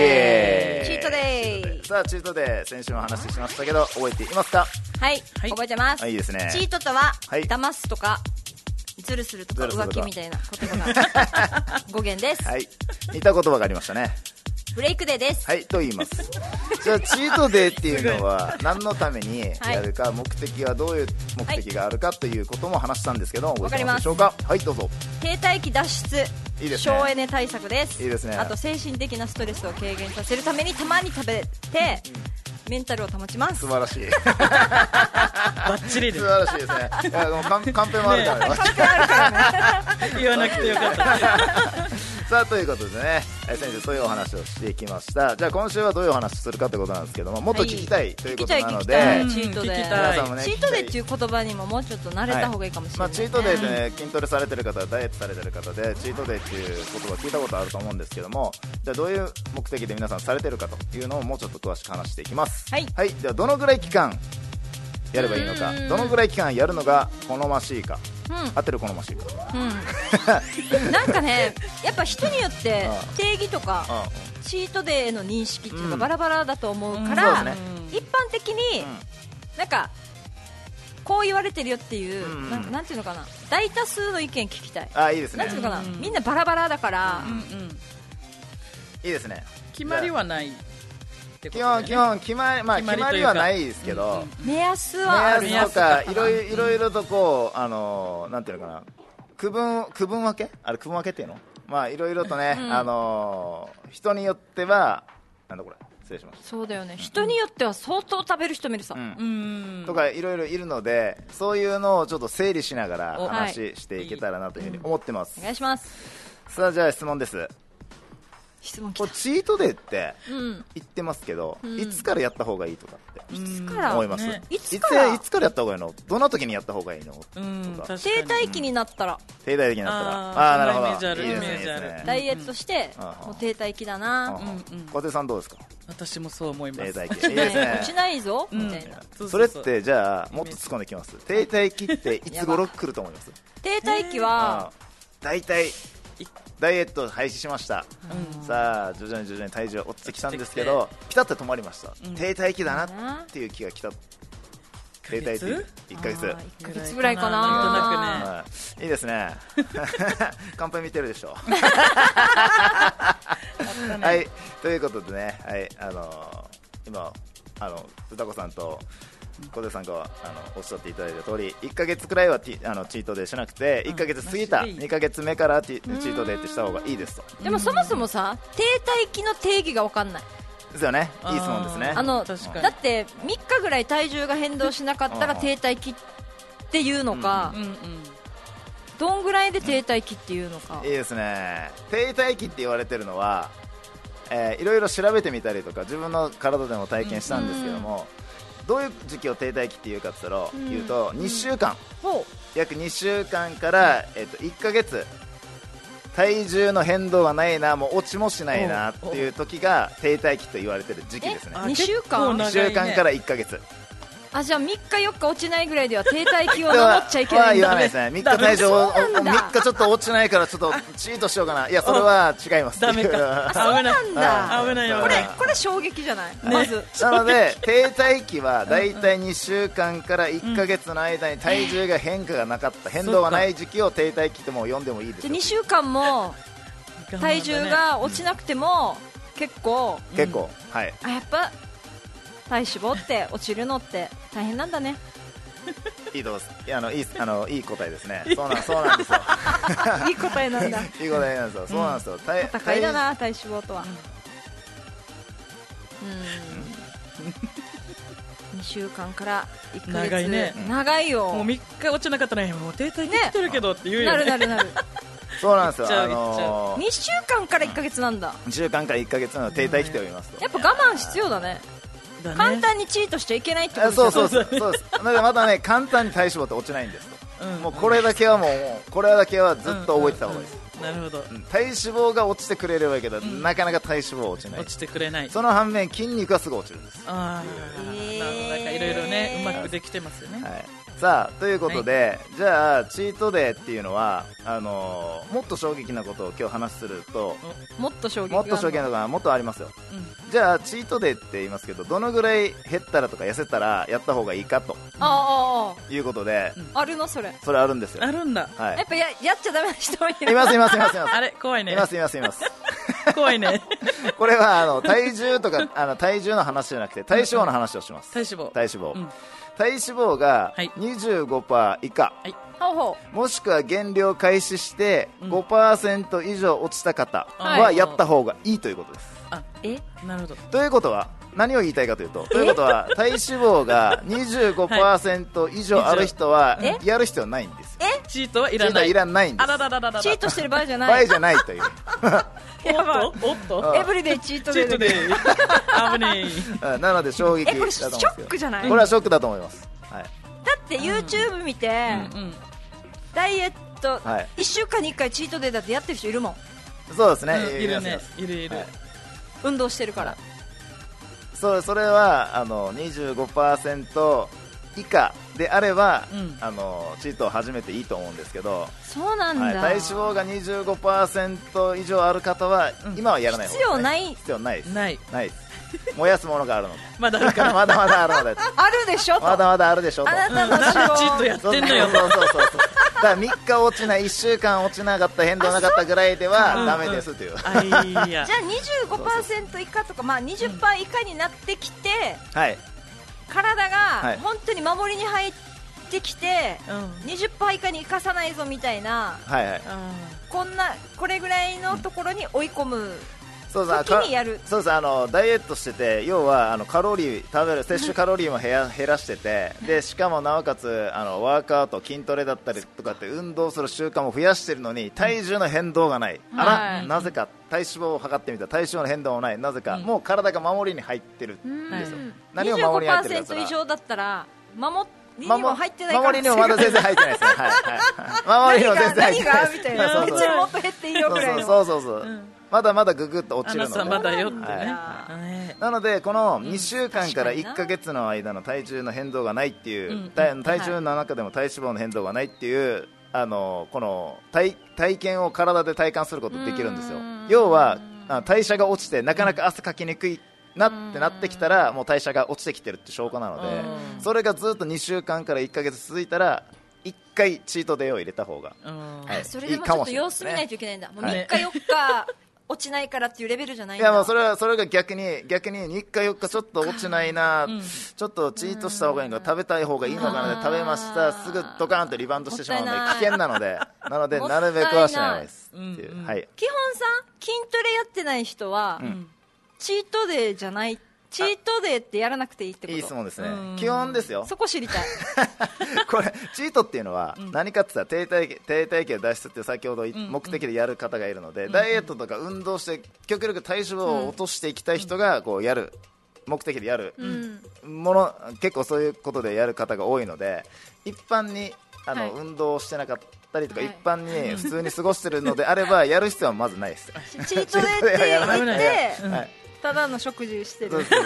エーイ
チートデイ
さあチートデイ先週も話しましたけど覚えていますか
はい、
はい
覚えてます。
あいいですね
チートとは、
はい
騙すとか、ズルするとか
ズルする
浮
とか
気みたいな言葉 が語源です。
はい似た言葉がありましたね
ブレイクデーです。
はいと言いますじゃあチートデイっていうのは何のためにやるか、目的はどういう目的があるかということも話したんですけど覚えてますでしょうかはいどうぞ
停滞期脱出
いいですね
省エネ対策です
いいですね
あと精神的なストレスを軽減させるためにたまに食べてメンタルを保ちます
素晴らしい
バッチリで
素
す。
晴らしいですねいやもう カンカンペもあるからね
言わなくてよかった。
さあということでね、えー先生そういうお話をしていきましたじゃあ今週はどういうお話をするかということなんですけどももっと聞きたいということなので、
聞
うん
きたい聞きたいチートで
聞き
皆
たい
さんもね
チートデっていう言葉にももうちょっと慣れた方がいいかもしれ
ま
な
あ、
い、
チートデイで、ね、筋トレされてる方ダイエットされてる方でチートデイっていう言葉聞いたことあると思うんですけどもじゃあどういう目的で皆さんされてるかというのをもうちょっと詳しく話していきます
はい
ではどのぐらい期間やればいいのかどのぐらい期間やるのが好ましいか、
うん
合ってる好ましいか、
うん、なんかねやっぱ人によって
ああ
定義とか
あ
チートデーの認識っていうの
う
が
ん
バラバラだと思うか
そ
ら、
うですね
一般的に、なんかこう言われてるよっていう、
うん
なんかなんていうのかな大多数の意見聞きたい
あいいです
な
ね
んていうのかな、
うん
みんなバラバラだから、
うんうん
いいですね
決まりはないってこと
基
だよ
本
ね
基本決まり,、まあ、決ま
とい
り
うか
はないですけど、
うんうん
目安はある
目
ね
安とか
目安とか
いろいいろいろとこうあのーなんていうのかな区分区分分けあれ区分分けっていうのまあいろいろとね、あのー人によってはなんだこれ失礼しまし
そうだよね人によっては相当食べる人もいるさ、
た、うん
うん
とかいろいろいるのでそういうのをちょっと整理しながら
お
話していけたらなというふうに思ってます、
お願いします
さあじゃあ質問です
質問来
これ
た
チートデーって
うん
言ってますけど、
ん
いつからやった方がいいとかって
いつか
思い
ら
ます、
ね
いつから
いついつからやった方がいいのどんな時にやった方がいいの
うん
とか
確
停
かに
滞期になったら
停滞的になったら
あー
あー
そんなイメージ
な
あ
る
る
ほどいいですね
イメージあ
いい
る
ですね
ダイエットして、
うん
もう停滞期だな、
うんうん
小手さんどうですか
私もそう思いま
停
す
滞期いい
ね
ですね
落ちないぞ、みたいな
そう
そ
そう
れっ
そう
てじゃあもっと突っ込んできます停滞期っていつ頃来ると思います
停滞期は、
大体ダイエット廃止しました、さあ徐々に徐々に体重は落ちてきたんですけどピタッと止まりました、停滞期だなっていう気が来た停滞期1ヶ月
あー一ヶ月ぐらいかな
なんとな
はいいいですね カンペ見てるでしょはい、ということでね、はい、あのー今、あの歌子さんと小手さんがあのおっしゃっていただいた通り、1ヶ月くらいはティあのチートデーしなくて、1ヶ月過ぎた、
マジでいい
2ヶ月目からティチートデーってした方がいいですと、
でもそもそもさ停滞期の定義が分かんない
ですよね、いい質問ですね。
あのだ
確かに
って3日ぐらい体重が変動しなかったら
うん
停滞期っていうのか、
うんうん
どんぐらいで停滞期っていうのか、
いいですね停滞期って言われてるのは、えーいろいろ調べてみたりとか自分の体でも体験したんですけども、どういう時期を停滞期っていうかって言ったら、言うと2週間、
ほ
約2週間から、えっと1ヶ月体重の変動がないなもう落ちもしないなっていう時が停滞期と言われてる時期ですね
え
あ
二週間
結構
2
長いね
週間から1ヶ月
あじゃあ3日4日落ちないぐらいで は停滞期を守っちゃいけないん
言わ
だ
ないですね3日体重を
そうなんだ
3日ちょっと落ちないからちょっとチートしようかないやそれは違います
ダメ か危ない
そうなんだ
危ないよ
これこれ衝撃じゃない、まず
なので停滞期はだいたい2週間から1ヶ月の間に体重が変化がなかった変動がない時期を停滞期とも呼んでもいいです
じ
よ
ゃ2週間も体重が落ちなくても結構
結構はい
あやっぱ体絞って落ちるのって大変なんだ ね
いいとこですいやあのいいあのいい答えです ねそうなんそうなんですよ
いい答えなんだ
いい答えなんですよそうなんですよ、大
戦いだな体脂肪とはうん2週間から1ヶ月
長いね
長いよ
もう3日落ちなかったら、ね、もう停滞できてるけどって言う
な
よね
るなるなる
そうなんですよ
いっちゃ
あ
ういっちゃう
のー
2週間から1ヶ月なんだ
10巻から1か月なので停滞しておりますと
やっぱ我慢必要だね
だね
簡単にチートしちゃいけないってこと
あそう
う
そうそうそうですなのでまたね簡単に体脂肪って落ちないんですと、
うん
もうこれだけはもうもうこれだけはずっと覚えてた方がいいです、
うんなるほど
うん体脂肪が落ちてくれればいいけど、なかなか体脂肪は落ちない
落ちてくれない
その反面筋肉はすぐ落ちるんです、
ああ、
へー
なるほどなんかいろいろねうまくできてますよね、
はい、さあということで、じゃあチートデーっていうのはあのーもっと衝撃なことを今日話すると
もっと衝撃が
も
あ
っ
るの
と衝撃なことがもっとありますよ
うん
じゃあチートデーって言いますけどどのぐらい減ったらとか痩せたらやった方がいいかと
あああ
いうことで、
ああるのそれ
それあるんですよ
あるんだ
は
やっ
い
ぱややっちゃダメな人もいる
いますいますいますいます
あれ怖いね
いますいますいます
怖いね
これはあの体重とかあの体重の話じゃなくて体脂肪の話をします
体脂肪
体脂肪、
うん
体脂肪が
はい
25%以下、
ほうほ
もしくは減量開始して5%以上落ちた方
は
はいやった方がいいということです、
あ
うえ
なるほど
ということは何を言いたいかというとということは体脂肪が25%以上ある人は
え
やる必要ないんですよ
チートはい
チ
ら
ートは
ない
いらないんで
あ
す
ららららら
チートしてる場合じゃな
倍
い
じゃないという
やばい
おっとおっと
エブリデイチート
チ
デ
ート
ー
で
で
危ね
うんなので衝撃だ
え
と
これ
思うんです
シ
よ
ョックじゃない
これはショックだと思います、はい
だって YouTube 見て、
えうん
ダイエット、
はい
1週間に1回チートデーだってやってる人いるもん
そうですね、
うんいるね
ますます
いるいる
はい
運動してるから
それそれはあの25%以下であれば、
うん
あのチートを始めていいと思うんですけど、
そうなんだ、
はい、体脂肪が25%以上ある方は、今はやらない方が
必要ない
必要ないです
ない
ないです燃やすものがあるので
まだあるから
まだまだあるので
あるでしょと
まだまだあるでしょうと
あなたの
なんでチ
脂
ート
肪
やってんのよ
そうそうそうそうそうだから3日落ちない1週間落ちなかった変動なかったぐらいではダメですという、
あいや
じゃあ25%以下とか、まあ、20%以下になってきて
はい
体
は
が
い
本当に守りに入ってきて、
うん
20%以下に生かさないぞみたいな
はいはい
あ
こんなこれぐらいのところに追い込む
そうそう
時にやる
かそうそうあのダイエットしてて要はあのカロリー食べる摂取カロリーも減ら減 らしててでしかもなおかつあのワークアウト筋トレだったりとかって運動する習慣も増やしてるのに体重の変動がない、あら、
はい
なぜか体脂肪を測ってみたら体脂肪の変動もないなぜか、もう体が守りに入ってるんですよ、何を守りに入ってるかって
25%以上
言ったら
だったら守りに
守
も入ってない
守りにもまだ全然入ってないですね、はいは
何
い、守りにも全
が
然入
何
ってない
が
です
みたい
そ
な
う
別
そう
にもっと減っていいよぐらいの
そうそうそうそう、まだまだぐぐっと落
あ
ちるの
な
で
たまだよってね
はい
ね
なのでこの2週間から
確かにな
1か月の間の体重の変動がないっていう、
うん
体体重の中でも体脂肪の変動がないっていうあのこの体体験を体で体感することできるんですよ要はあ代謝が落ちてなかなか汗かきにくいなってなってきたらもう代謝が落ちてきてるって証拠なのでそれがずっと2週間から1か月続いたら1回チートデーを入れた方が
うん
はい
それでもちょっと様子見ないといけないんだもう3日4日落ちないからっていうレベルじゃないん
い
だ
やもうそれはそれが逆に逆に3日4日ちょっと落ちないな、ちょっとチートした方がいいのか食べたい方がいいのかなで食べましたすぐドカーンとリバウンドしてしまうので
もったいない
危険なの でなので
もっ
な
たいない
るべくはしないですっていう
うんうん
はい
基本さ筋トレやってない人は、チートデーじゃないチートデーってやらなくていいってこ
い
と
い質問ですね基本ですよ
そこ知りたい
これチートっていうのは何かって言ったら低体低体型脱出っていう先ほどい目的でやる方がいるので、ダイエットとか運動して極力体脂肪を落としていきたい人がこうやる目的でやるもの、結構そういうことでやる方が多いので一般にあの、
はい
運動をしてなかったりとか、
はい
一般に普通に過ごしてるのであればやる必要はまずないです。
チートデーって
はい
言っ
うん
て
はい
ただの食事して
そう
る
そうそう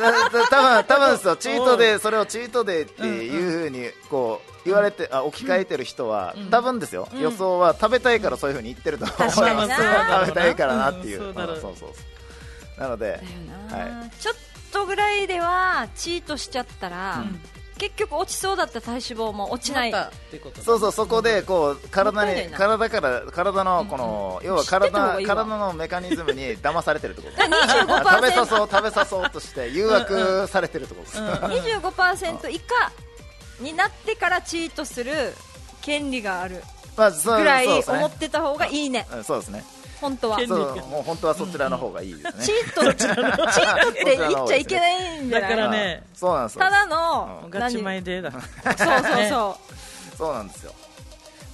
だだ多分多分そうチートでそれをチートデーっていうふうにこう言われてあ置き換えてる人は多分ですよ予想は食べたいからそういうふうに言ってると思います
確かにな
食べたいからなっていう
うんそううんだろう
そうそうそうなので
だよな
は
ちょっとぐらいではチートしちゃったら、結局落ちそうだった体脂肪も落ちない
またっていうこと
そうそうそこでこう体
もったい
に
ない
体から体のこの要は
知ってた方が
体
いいわ
体のメカニズムに騙されてるっ てこと
25%
食べさそう食べさそうとして誘惑されてるってことです、
25%以下になってからチートする権利がある
まあそう
ぐらい
そうです
思
ね
ってた方がいいね
うんそうですね
本当は
権
チ
利
ー
そ
ト
うもう本当はそちらの方がいいですね
チー トって言っちゃいけないんじゃ
だか
な
ら
い
ね
うんそうなんですよ
ただの
ガチ
何
前でだ
そうそうそ
そうなんですよ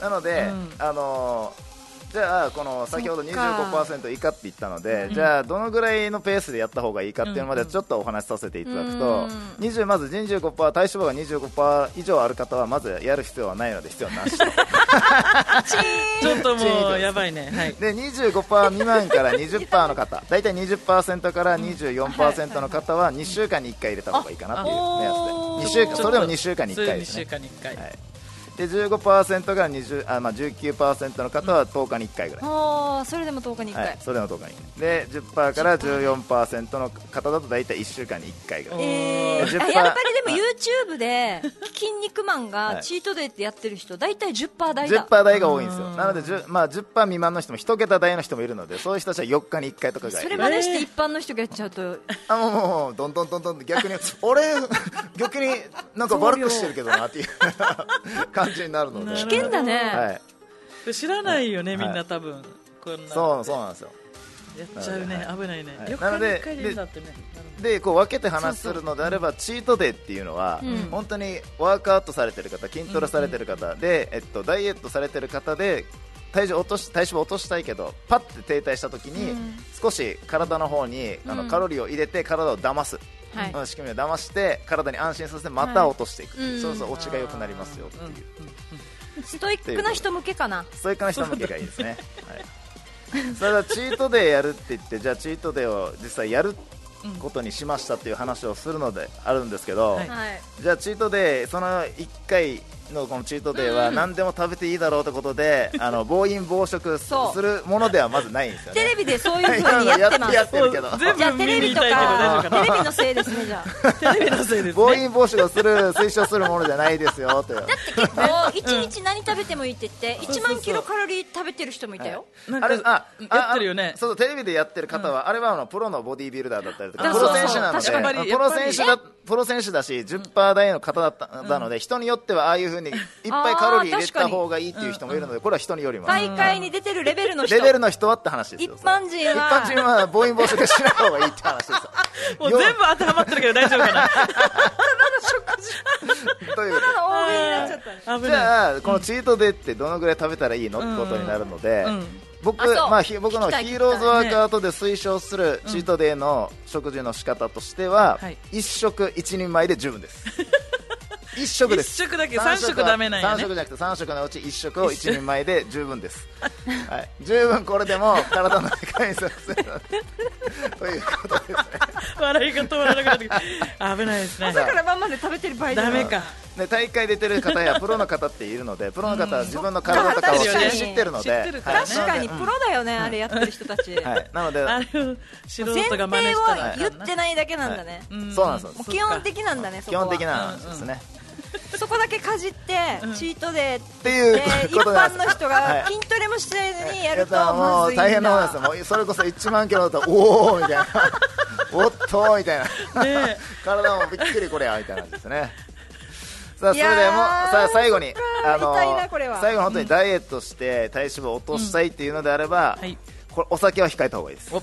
なので、
うん
あのーじゃあこの先ほど
そっか
25%以下って言ったので、じゃあどのぐらいのペースでやった方がいいかっていうのまでちょっとお話しさせていただくと、
う
20まず25%体脂肪が25%以上ある方はまずやる必要はないので必要なしと
ちょっともうやばいねはい
で25%未満から20%の方大体20%から24%の方は2週間に1回入れた方がいいかなっていう目
おー
安で2週間それでも2週間に1回です
それ
ね
も2週間に1回、
はいで15%から20あ、まあ、19%の方は10日に1回ぐらい、
うもうそれでも10日に1
は
回
い、それのとこにで10%から14%の方だと大体1週間に1回ぐらい
えー、
10%
あやっぱりでも YouTube で「筋肉マン」がチートデイってやってる人大体10%台だ
10%台が多いんですよなので 10,、まあ、10%未満の人も1桁台の人もいるのでそういう人たちは4日に1回とかがい
それ
る
までして一般の人がやっちゃうと
あもうもうもうどんどんどんどん逆に俺逆になんか悪くしてるけどなっていう 感じになるので
なるほど
危険だね、
はい、
知らないよね、
はい
みんな多分こんな
そうそうなんですよ
やっちゃうね、危ないね、
はい
よく
なので
一回でいいんだってね
でこう分けて話するのであればチートデーっていうのは、
うん
本当にワークアウトされてる方筋トレされてる方で、えっと、ダイエットされてる方で体重落とし体脂肪落としたいけどパッて停滞した時に、少し体の方にあの、
うん
カロリーを入れて体を騙す、
はい
うん仕組みを騙して体に安心させてまた落としていく、
うん
そうそう落ちが良くなりますよっていう、
ストイックな人向けかな
そういう感じの人向けがいいですね、はい、それはチートデーやるって言ってじゃあチートデーを実際やることにしましたっていう話をするのであるんですけど、
はい
はい
じゃあチートデイその1回のこのチートデイは何でも食べていいだろうということで、あの暴飲暴食す
そう
するものではまずないんですよね
テレビでそういうふうにやってま
やっ
す
てるけど
全
じゃあ
部
テレビと
見に行きたいけど大
か
丈夫か
テレビのせいですねじゃあ
なテレビのせいです
暴
ね
飲暴食をする推奨するものじゃないですよという
結構1日何食べてもいいって言 って1万キロカロリー食べてる人もいたよ
なんか
あれああ
やってるよね
あそうそうテレビでやってる方は、あれはあのプロのボディービルダーだったりとか
あ
プロ選手なの
そうそう
確か
で
に
プロ選手
や
だプロ選手だし10%台の方だったなので、人によってはああいうふうにいっぱいカロリー入れた方がいいっていう人もいるので、これは人によります
大会に出てるレベルの人
レベルの人はって話ですよ
一般人は
一般人は暴飲暴食しない方がいいって話ですよ
もう全部当てはまってるけど大丈夫か な
というこ
大食いになっちゃったね
危
とでじ
ない
ゃあこのチートデイってどのぐらい食べたらいいのってことになるので、
うん
僕
あそう
まあ、ひ僕の
聞きたい
ヒーローズワークアウトで推奨するチートデイの食事の仕方としては、
はい
一食一人前で十分です 一食です
一食だけ
三
三食ダメなんやね
3食じゃなくて3食のうち1食を1人前で十分 です、はい、十分これでも体の中にさせるということです
笑いが止まらなくなってくる危ないですね
朝から晩まで食べてる場合じゃ
ダ
ない
メか
ね、大会出てる方やプロの方っているのでプロの方は自分の体とかを
うん確かに
知ってるの
知って
で
るから
はい
確かにプロだよねあれやってる人たち
はい、なので、
あれを素
前
人
提
が
を
真似したら
言ってないだけなんだね、
ん
そうなんですよ
もう基本的なんだねそ
基
こは
本的な話ですね、
そこだけかじって、チートデー
っていう
一
ことなん
般
です
の人
はい
が筋トレもしてずにやると
やっぱも
まず
う
いんだ
大変なもんですよもうそれこそ1万キロだとおおみたい なおっとみたいな
ね
体もびっくりこれやみたいな感じですねさあそれ
い
で
や
も
ー
さあ最後に
か
あ
痛いなこれは
最後本当にダイエットして体脂肪を落としたいっていうのであれば、
はい
これお酒は控えた方がいいです
お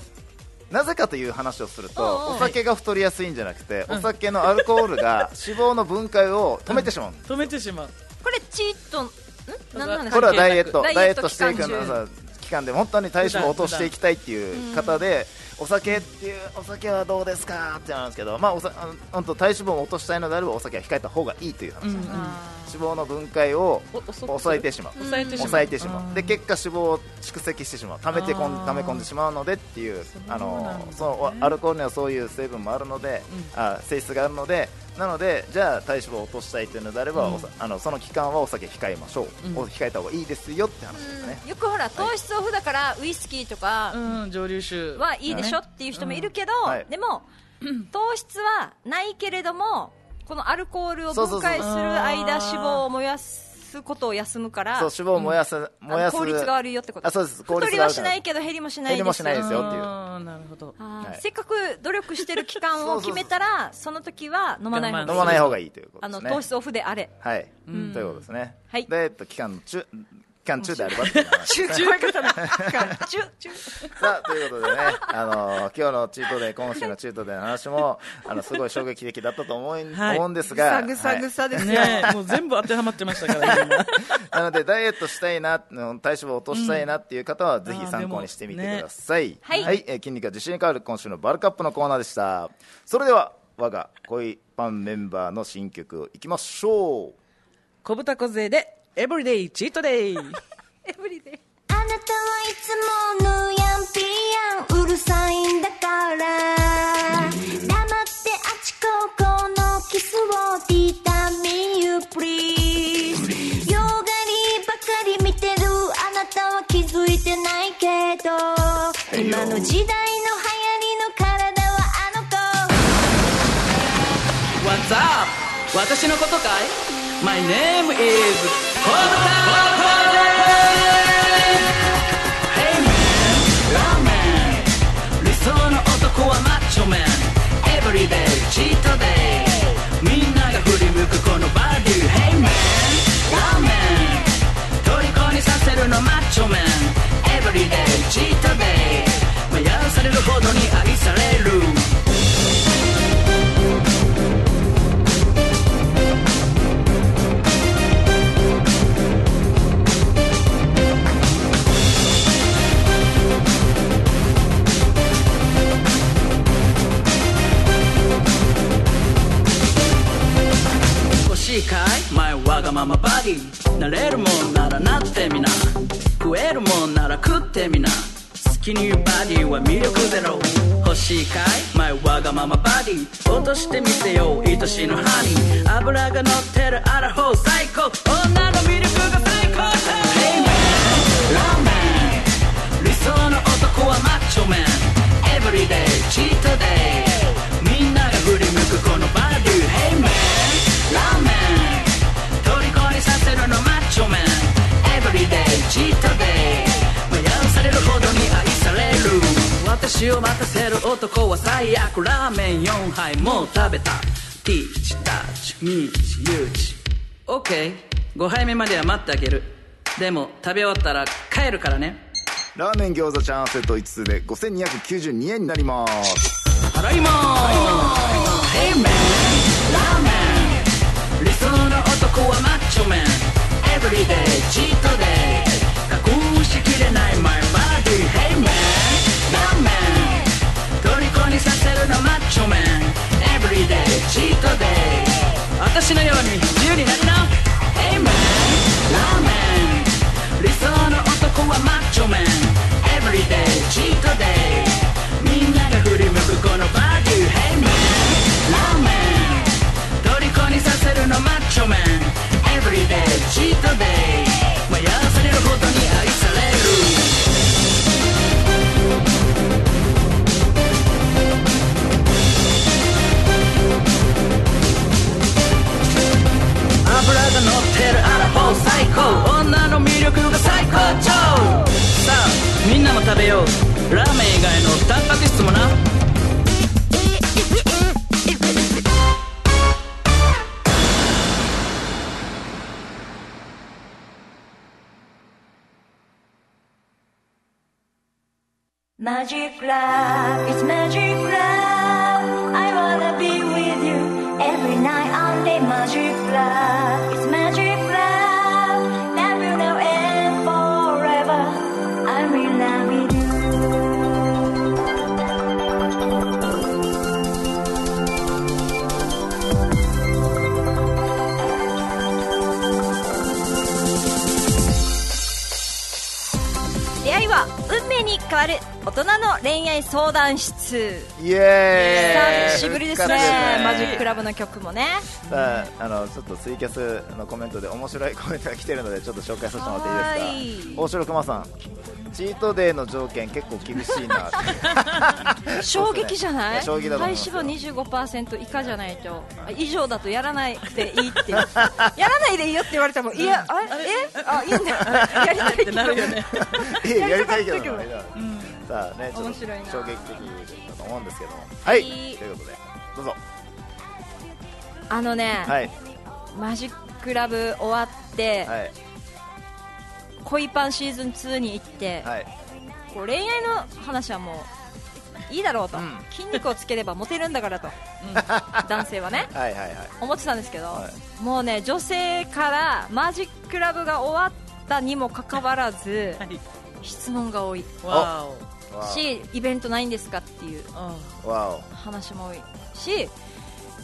なぜかという話をする
おうおう
とお酒が太りやすいんじゃなくてお酒のアルコールが脂肪の分解を止めてしまうんです
止めてしまう
これチートん何なんです
これはダイエット
関係なく
ダイエットしていく
ダイエ
の
ット期間
さ期間で本当に体脂肪を落としていきたいっていう方でお酒っていうお酒はどうですかってなんですけどまあおさあの本当体脂肪を落としたいのであればお酒は控えた方がいいという話です、脂肪の分解を
お遅く
抑えてしまう
抑えてしまう
抑えてしまうで結果脂肪を蓄積してしまう溜めてこん
あー
溜め込んでしまうのでっていうあのそのアルコールにはそういう成分もあるので、あ性質があるのでなのでじゃあ体脂肪を落としたいというのであれば、おさあのその期間はお酒控えましょう、お控えた方がいいですよって話ですね
中、よくほら糖質オフだからウイスキーとか
うん上流酒
はいいでしょっていう人もいるけど、
はい
でも、糖質はないけれどもこのアルコールを分解す
そう
る
そう
そう
間脂肪を燃やすことを休むから
そう脂肪を燃やす、燃やす
効率が悪いよってこと
あそうです効
太
率
り
が
は
悪
し
く
な
ない
いけど減りもしない
減りもしない
で
ですすよっていう
あーなるほど
あー
はい
せっかく努力してる期 間を決めたらその時は飲まない方
我慢
がい
飲ま
い
ない方がいいということ
あ
で
の
すね
糖質オフであれ
はい、ということですね、
はい
で、えっと、期間の中期間 中であればっていう話
中中中中
さあということでね、あの今日のチートデイ、今週のチートデイの話も、 あのすごい衝撃的だったと思い、
はい
思うんです
ぐ
が、
さぐさぐさですよ、
ねえもう全部当てはまってましたから今
はいなので、ダイエットしたいな、体脂肪を落としたいなっていう方は、ぜひ参考にしてみてください。
あーでもね
はい、えー筋肉が自信に変わる今週のバルカップのコーナーでした。それでは、我が恋パンメンバーの新曲、いきましょう。
小豚小勢でエブリデイチートデイ
エブリデイ
あなたはいつもぬやんぴやんうるさいんだから黙ってあちこちのキスを t タ me you please よがりばかり見てるあなたは気づいてないけど今の時代の流行りの体はあの子
What's up? 私のことかい ?My name is コブタコブタ Hey man, Lawman 理想の男はマッチョマン Everyday, cheat day みんなが振り向くこのバディ Hey man, Lawman 虜にさせるのマッチョマン Everyday, cheat day 迷わされるほどに愛される欲しいかい前わがままバディなれるもんならなってみな食えるもんなら食ってみな好きにバディは魅力ゼロ欲しいかい前わがままバディ落としてみてよ愛しのハニー脂が乗ってるアラフォー最高女の魅力が最高だ Hey man, Lawman 理想の男はマッチョマン Everyday, cheat day みんなが振り向くこのバディ Hey man, Lawman 虜にさせるのマッチョマン Everyday, cheat day 迷わされるほどに愛される私を待たせる男は最悪ラーメン4杯もう食べたティーチタッチミーチユーチ OK5 杯目までは待ってあげるでも食べ終わったら帰るからね
ラーメン餃子チャーハンセット5つで5292円になります。
ただいまー Hey man ラーメン理想の男はマッチョ man Everyday チートデイ隠しきれない my body Hey man ラーメン虜にさせるのマッチョ man Everyday チートデイ私のように自由になりな Hey man ラーメン理想の男はマッチョマン Everyday チートデイみんなが振り向くこのバディ Hey man ラーメン虜にさせるのマッチョマン Everyday チートデイ迷わされるほどに愛される脂が乗ってるアラフォー最高女の魅力が最高潮さあみんなも食べようラーメン以外のタンパク質もな
マジックラブ It's magic love I wanna be with you Every night only magic love It's magic love Love you now and forever I'm in love with you
出会いは運命に変わる大人の恋愛相談室
イエーイ
久しぶりですね
復活
マジックラブの曲もね
さああのちょっとツイキャスのコメントで面白いコメントが来てるのでちょっと紹介させてもらっていいですか大城熊さんチートデーの条件結構厳しいなって
衝撃じゃない
衝撃だと思い
体脂
ますよ
肪25%以下じゃないとあ以上だとやらないでいい ってやらないでいいよって言われてもいやあれえあいいん だやりたいけ
って
ど
なるよね
えやりたいけど
やりた かった
な
けど
みたいなさあねちょっと
面
衝撃的
白いな
だと思うんですけどもはい
いい
ということでどうぞ
あのね、
はい
マジックラブ終わって、
はい
恋パンシーズン2に行って、
はい
こう恋愛の話はもういいだろうと、
うん
筋肉をつければモテるんだからと、男性はね
はいはいはい
思ってたんですけど、
は
もうね女性からマジックラブが終わったにもかかわら ず
はい
質問が多い
わお
わ
しイベントないんですかっていう
あ
おわお
話も多いし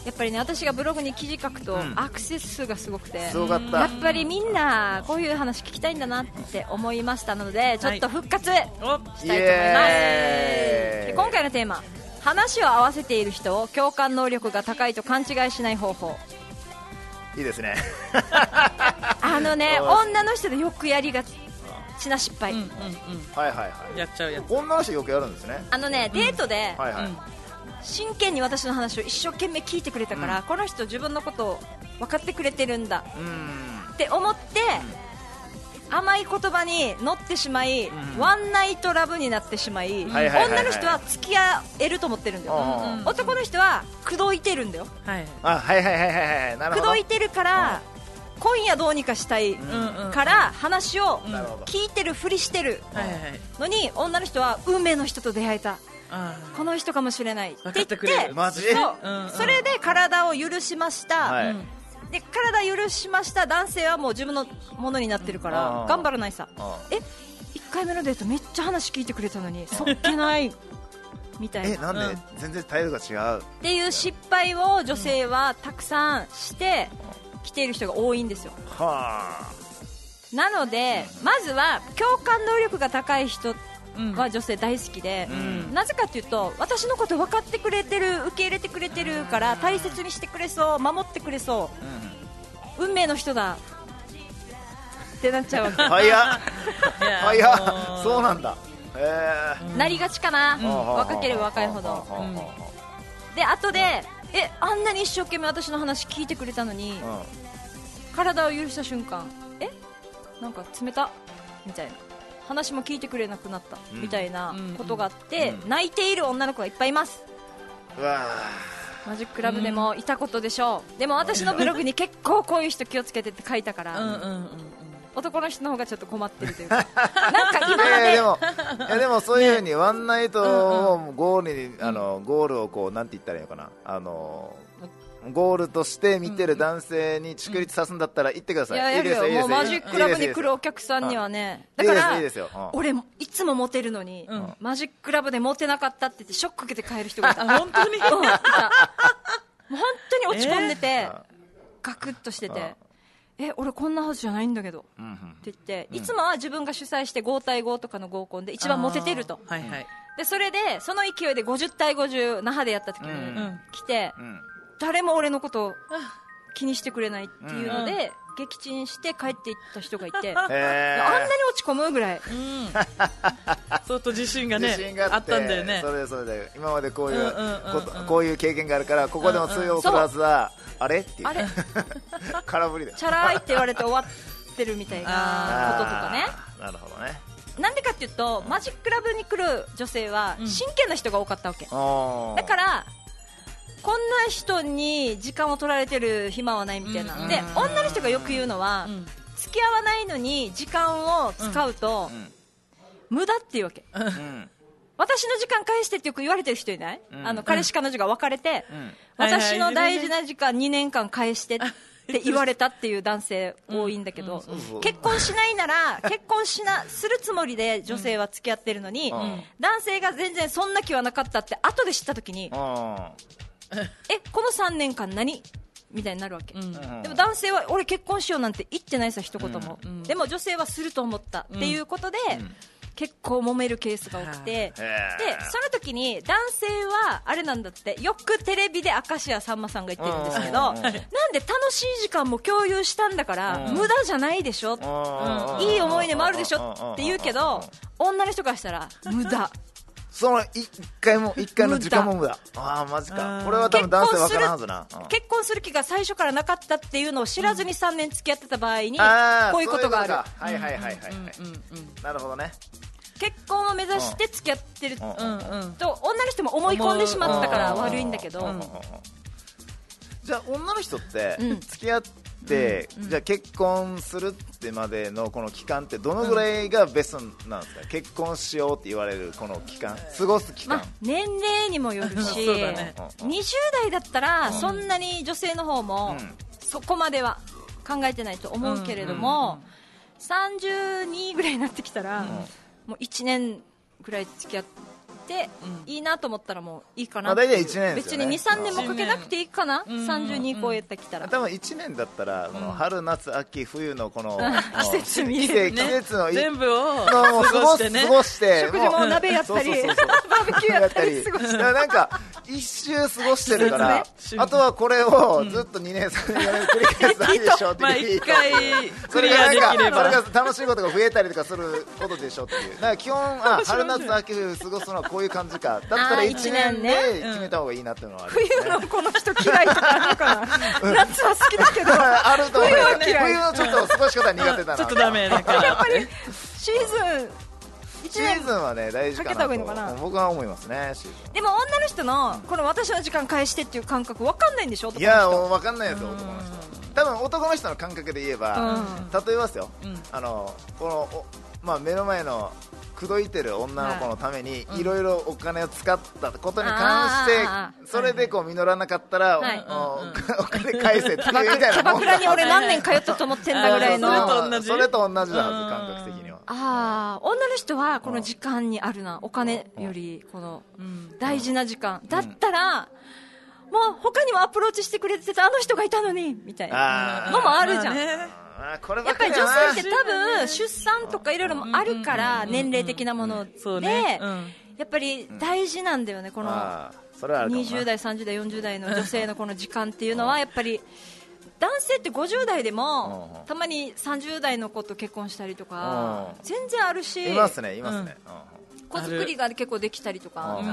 やっぱりね私がブログに記事書くと
ん
アクセス数がすごくて、
すごかっ
や
た
っぱりみんなこういう話聞きたいんだなって思いましたのでちょっと復活
お
したいと思います
イエーイ
で今回のテーマ話を合わせている人を共感能力が高いと勘違いしない方法
いいです ね
あのね
お
女の人でよくやりがちな失敗、
うんうんう
はいはい
ん
は
や
い
っちゃうやつ
女の人よくやるんですね
あのねデートで
はいはい、
うん
真剣に私の話を一生懸命聞いてくれたから、この人自分のことを分かってくれてるんだ
うーん
って思って甘い言葉に乗ってしまい、
ん
ワンナイトラブになってしまい、
はいはいはいはい
女の人は付き合えると思ってるんだよ、
あー
男の人は口説いてるんだよ
はい
あはいはいはいはいはいなる
口
ほど
説いてるから今夜どうにかしたい
うんうん
から話を
なるほど
聞いてるふりしてる
はいはい
のに女の人は運命の人と出会えた
あ
この人かもしれないって
分か
言
っ
って
てくれる
マジ
そう
うんうん
それで体を許しました、
はい、
うん
で体許しました男性はもう自分のものになってるか
う
ら
ん
頑張らないさ
う
え1回目のデートめっちゃ話聞いてくれたのにそっけないみたい
え
なっ
なんで、
うん
全然態度が違う
ていう失敗を女性はたくさんしてきている人が多いんですよ
はあ
なのでまずは共感能力が高い人
うん
は女性大好きで、
ん
なぜかというと私のこと分かってくれてる受け入れてくれてるから大切にしてくれそう守ってくれそうう運命の人だってなっちゃうわけ
ん早っ
いや
早っ
あのー
そうなんだへえ
なりがちかな、
はあはあはあ
若ければ若いほ
は
ど
あはあは
で後でえあんなに一生懸命私の話聞いてくれたのに
あはあ
体を許した瞬間えなんか冷たみたいな話も聞いてくれなくなった、
うん
みたいなことがあって、
うん
泣いている女の子がいっぱいいます
うんうわあ
マジッククラブでもいたことでしょう、でも私のブログに結構こういう人気をつけてって書いたから、
うんうんうん
男の人の方がちょっと困ってると いうかなんか今
いやいやで
ま
もいやでもそういうふうにワンナイトをゴールに、あのゴールをこうなんて言ったらいいのかなあのゴールとして見てる男性に逐立さすんだったら言ってくださ
で
い。
いややる
です
よもうマジ
い
ッ
いです
ククラブに来るお
い
客さんにはね
い
だ
です
から
いいですよいいですよ。うん
俺いつもモテるのに、
ん
マジッククラブでモテなかったって言ってショック受けて帰る人がい た
あ本当
うん
に
いたもう本当に落ち込んでて、ガクッとしてて、え俺こんなはずじゃないんだけど、って言って、いつもは自分が主催して5対5とかの合コンで一番モテてると
あーはいはい
でそれでその勢いで50対50那覇でやった時に
うん
うん
来て、
うん
誰も俺のことを気にしてくれないっていうの
う
で、撃沈して帰っていった人がいて
へえ
あんなに落ち込むぐらい
相当自信がね
自信が
あ
あっ
ってたんだよね
それでそれで今までこういう,、
うんうんうんう
こ
ん
とこういう経験があるからここでも通用するはずだ、あれっていう
あれ
空振りだよ
チャラいって言われて終わってるみたいなこととかね
あーなるほどね
なんでかっていうとマジックラブに来る女性は
うん
真剣な人が多かったわけ、
あー
だからこんな人に時間を取られてる暇はないみたいな、
うん
で女の人がよく言うのは、
うん
付き合わないのに時間を使うと、無駄っていうわけ
うん
私の時間返してってよく言われてる人いない、
ん
あの彼氏彼女が別れて、
ん
私の大事な時間2年間返してって言われたっていう男性多いんだけど、
そう
結婚しないなら結婚しなするつもりで女性は付き合ってるのに、
ん
男性が全然そんな気はなかったって後で知った時に、
あ
えこの3年間何みたいになるわけ、
うん
ーうん
でも男性は俺結婚しようなんて言ってないさ一言も、でも女性はすると思ったっていうことで、結構揉めるケースが多くて、
へ
で
え
その時に男性はあれなんだってよくテレビで明石家さんまさんが言ってるんですけどな
う
ん
んうんうん
で楽しい時間も共有したんだから
うん
無駄じゃないでしょ
うん
いい思い出もあるでし
うんうんうんうん
ょって言うけど女の人からしたら無駄
その一回も一回の時間も無駄ああマジかこれは多分男性分からんはずなうん
結婚する気が最初からなかったっていうのを知らずに3年付き合ってた場合に
あー
こういうことがある
そういうことかはいはいはいはいはいなるほどね
結婚を目指して付き合ってる
うん
と
うんうん
うんうん
女の人も思い込んでしまったから悪いんだけど
うううじゃあ女の人って
うん
付き合ってじゃあ結婚するってまでのこの期間ってどのぐらいがベストなんですか結婚しようって言われるこの期間過ごす期
ま
間
あ、年齢にもよ るし、
そうだね
20代だったらそんなに女性の方も
うん
そこまでは考えてないと思うけれども、32ぐらいになってきたら、もう1年ぐらい付き合って、いいなと思ったらもういいかなっていう
まあ大体一年です
別
よ
に
ね
23年もかけなくていいかな、32超えてきたら。
多分1年だったらこの春夏秋冬のこの
季節見れ
季節
る
季節のい
全部を
のもう
過
過
ご
ご
して
す
ね
過ごして
食事も鍋やったり
そうそうそうそう
バーベキューやったり
や
過ごし
だからなんか一周過ごしてるから
そうですね
あとはこれをずっと2年3年4年繰り返すだけでしょって
まあ
いう
一回
そ
ク
れ
リ
が
ア
な
で
んかそ
き
れ
れば
が楽しいことが増えたりとかすることでしょっていうなんか基本あ春夏秋冬過ごすのはこういう感じかだったら
あー
1年
一年ね
で決めた方がいいなっていうのはある
冬のこの人嫌いとかあるのかな夏は好きだけ ど
あると思う
冬は嫌い
冬のちょっと過ごし方苦手だな
ちょっとダメだから
やっぱりシーズン
シ
一
ー
年
ズンはね大事かな
かけた方がいいのかな
と僕は思いますねシーズン
でも女の人のこの私の時間返してっていう感覚わかんないんでしょ
い
男の
や
人
もう分かんないですよ男の人多分男の人の感覚で言えば、例えますよ、あのこのおまあ、目の前の口説いてる女の子のためにいろいろお金を使ったことに関して、
あー
それでこう実らなかったら、
はい
おおお金 返せっていうみた
キ
い
ャ
な
バ
もん
ク
だ
ラに俺何年通ったと思ってんだぐらいの
あー
あ
それと同じ
それと同じだはず感覚的には
あー女の人はこの時間にあるなお金よりこの大事な時間だったらもう他にもアプローチしてくれてたあの人がいたのにみたいな
あ
のもあるじゃん
まあ
や
ね
あーこれば
っ
っ
ぱ
か
り
り
女
だな
性って多分出産とかいろいろもあるから年齢的なもので
そうねうん
やっぱり大事なんだよねこの
あーそれはあるかもな
20代、30代、40代の女性のこの時間っていうのはやっぱり男性って50代で
うんう
も
ん
たまに30代の子と結婚したりとか
うん
全然あるし
いますねいますね、うん
子作りが結構できたりとか
あ
あ
る
うん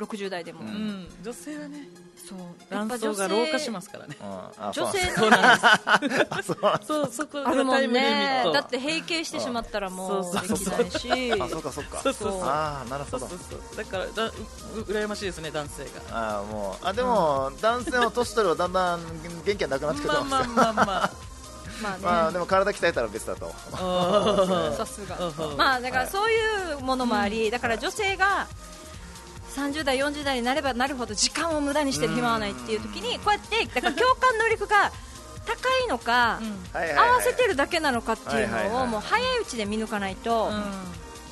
の60代でも
うん女性はね
そうやっ
卵
ぱ
巣
女性
が老化しますからね
うんあそう
女
なんです
性
そう
の
なんですそう そこ
あ
が
るも
タイ
ん
ムリミ
ね
ット
だって閉経してしまったらもう
そ
で
うそう
き
そ
な
う
いし
あそうかそうか
そうそうそう
ああなる
そ
ほど
うそうそうだからだうう羨ましいですね男性が
ああもうあでも、男性の年取るはだんだん元気がなくなってくる
ま
と
あ
思うん
ま
ですよ、
あまあまあ
まあね
まあ、でも体鍛えたら別だと
さすが
うんうん
まあだからそういうものもあり、だから女性が30代40代になればなるほど時間を無駄にしてる暇はないっていう時にこうやってだから共感能力が高いのか、
はいはいはい
合わせてるだけなのかっていう
はいはい
の
は
を
い
もう早いうちで見抜かないと、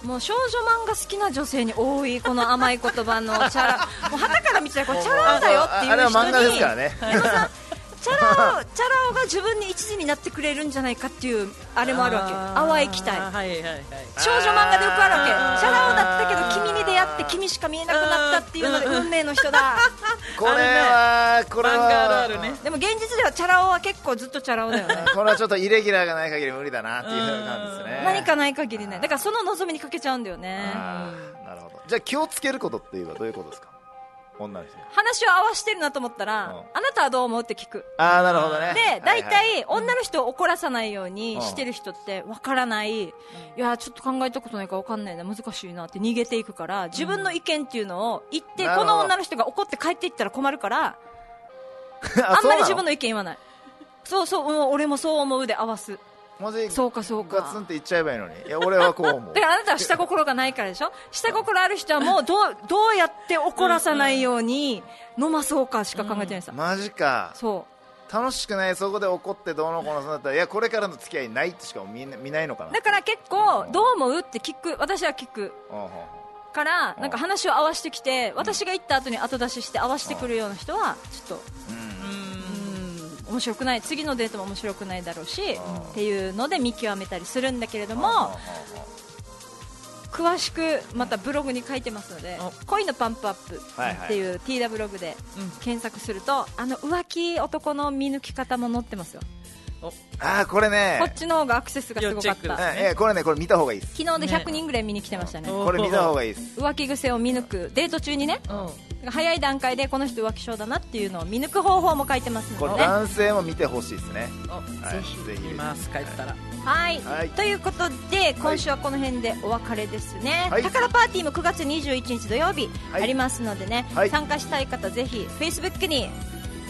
もう少女漫画好きな女性に多いこの甘い言葉のチ ャラもう旗から見てたらこれチャラだよってい
あれは
う人
漫画です
に
からね
チャラ男チャラ男が自分に一時になってくれるんじゃないかっていうあれもあるわけ淡い期待
あーはいはいはい
少女漫画でよくあるわけ
あー
チャラ男だったけど君に出会って君しか見えなくなったっていうので
うん
運命の人だ
これはこ
漫
れ
画ある
は
あるね
でも現実ではチャラ男は結構ずっとチャラ男だよね
これはちょっとイレギュラーがない限り無理だなっていう感じですね
何かない限りねだからその望みにかけちゃうんだよね
あーなるほどじゃあ気をつけることっていうのはどういうことですか女の人に
話を合わしてるなと思ったら、
うん
あなたはどう思うって聞く
ああなるほどね
で大
はいは
体
い
女の人を怒らさないようにしてる人ってわからないいやちょっと考えたことないからわかんないな難しいなって逃げていくから自分の意見っていうのを言って
なる
こ
ほど
の女の人が怒って帰っていったら困るから
あ
あん
そう
ま
な
り自分の意見言わないそうそう、うん俺もそう思うで合わす
文字
そうかそう
ガツンっ
か
て言っちゃえばいいのにいや俺はこう思う
だからあなたは下心がないからでしょ下心ある人はもうどうどうやって怒らさないように飲まそうかしか考えてないさ、
マジか
そ
楽しくないそこで怒ってどうのこうのそうだったらいやこれからの付き合いないってしか見えな見ないのかな
うだから結構どう思うって聞く私は聞く
うんうんうん
から
うん
なんか話を合わせてきて私が行った後に後出しして合わせてくるような人はちょっとうん面白くない次のデートも面白くないだろうし
ん
っていうので見極めたりするんだけれど
うんうんうん
も詳しくまたブログに書いてますので
お
「恋のパンプアップ」っていう TW ブログで
うん
検索するとあの浮気男の見抜き方も載ってますよ
あーこれね
こっちの方がアクセスがすごか
要
っ
チェッ
た
クだ
昨
うんえーこれねこれ見た方がいいです
日で100人ぐらい見に来てましたね
お
これ見た方がいいです
浮気癖を見抜くデート中にね
うん
早い段階でこの人浮気症だなっていうのを見抜く方法も書いてます
これ
のでね
男性も見てほしいですね
お
はい
ぜひ
ぜひ
見ます書いてたら
はい、
はい
ということで今週はこの辺でお別れですね、
はい
宝パーティーも9月21日土曜日
はい
ありますのでね、
はい
参加したい方ぜひ Facebook に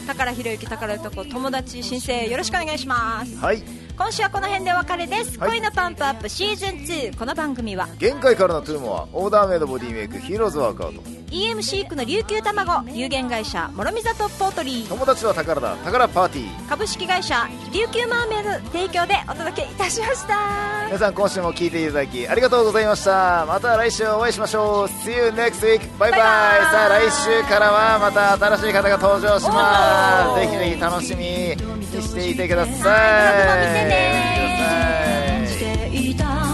宝ひろゆき宝男友達申請よろしくお願いします
はい
今週はこの辺でお別れです、
はい
恋のパンプアップシーズン2この番組は
限界からのトゥーモアオーダーメイドボディメイクヒーローズワークアウト
EM シークの琉球卵有限会社諸見里ポートリー
友達は宝だ宝パーティー
株式会社琉球マーメイドの提供でお届けいたしました
皆さん今週も聞いていただきありがとうございましたまた来週お会いしましょう See you next week バ
バイバイ
イバイさあ来週からはまた新しい方が登場しま
おー
すぜひぜひ楽しみにしていてください
はいブログも見てね
見てください
していた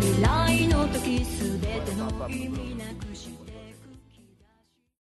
未来の時すべての意味なくして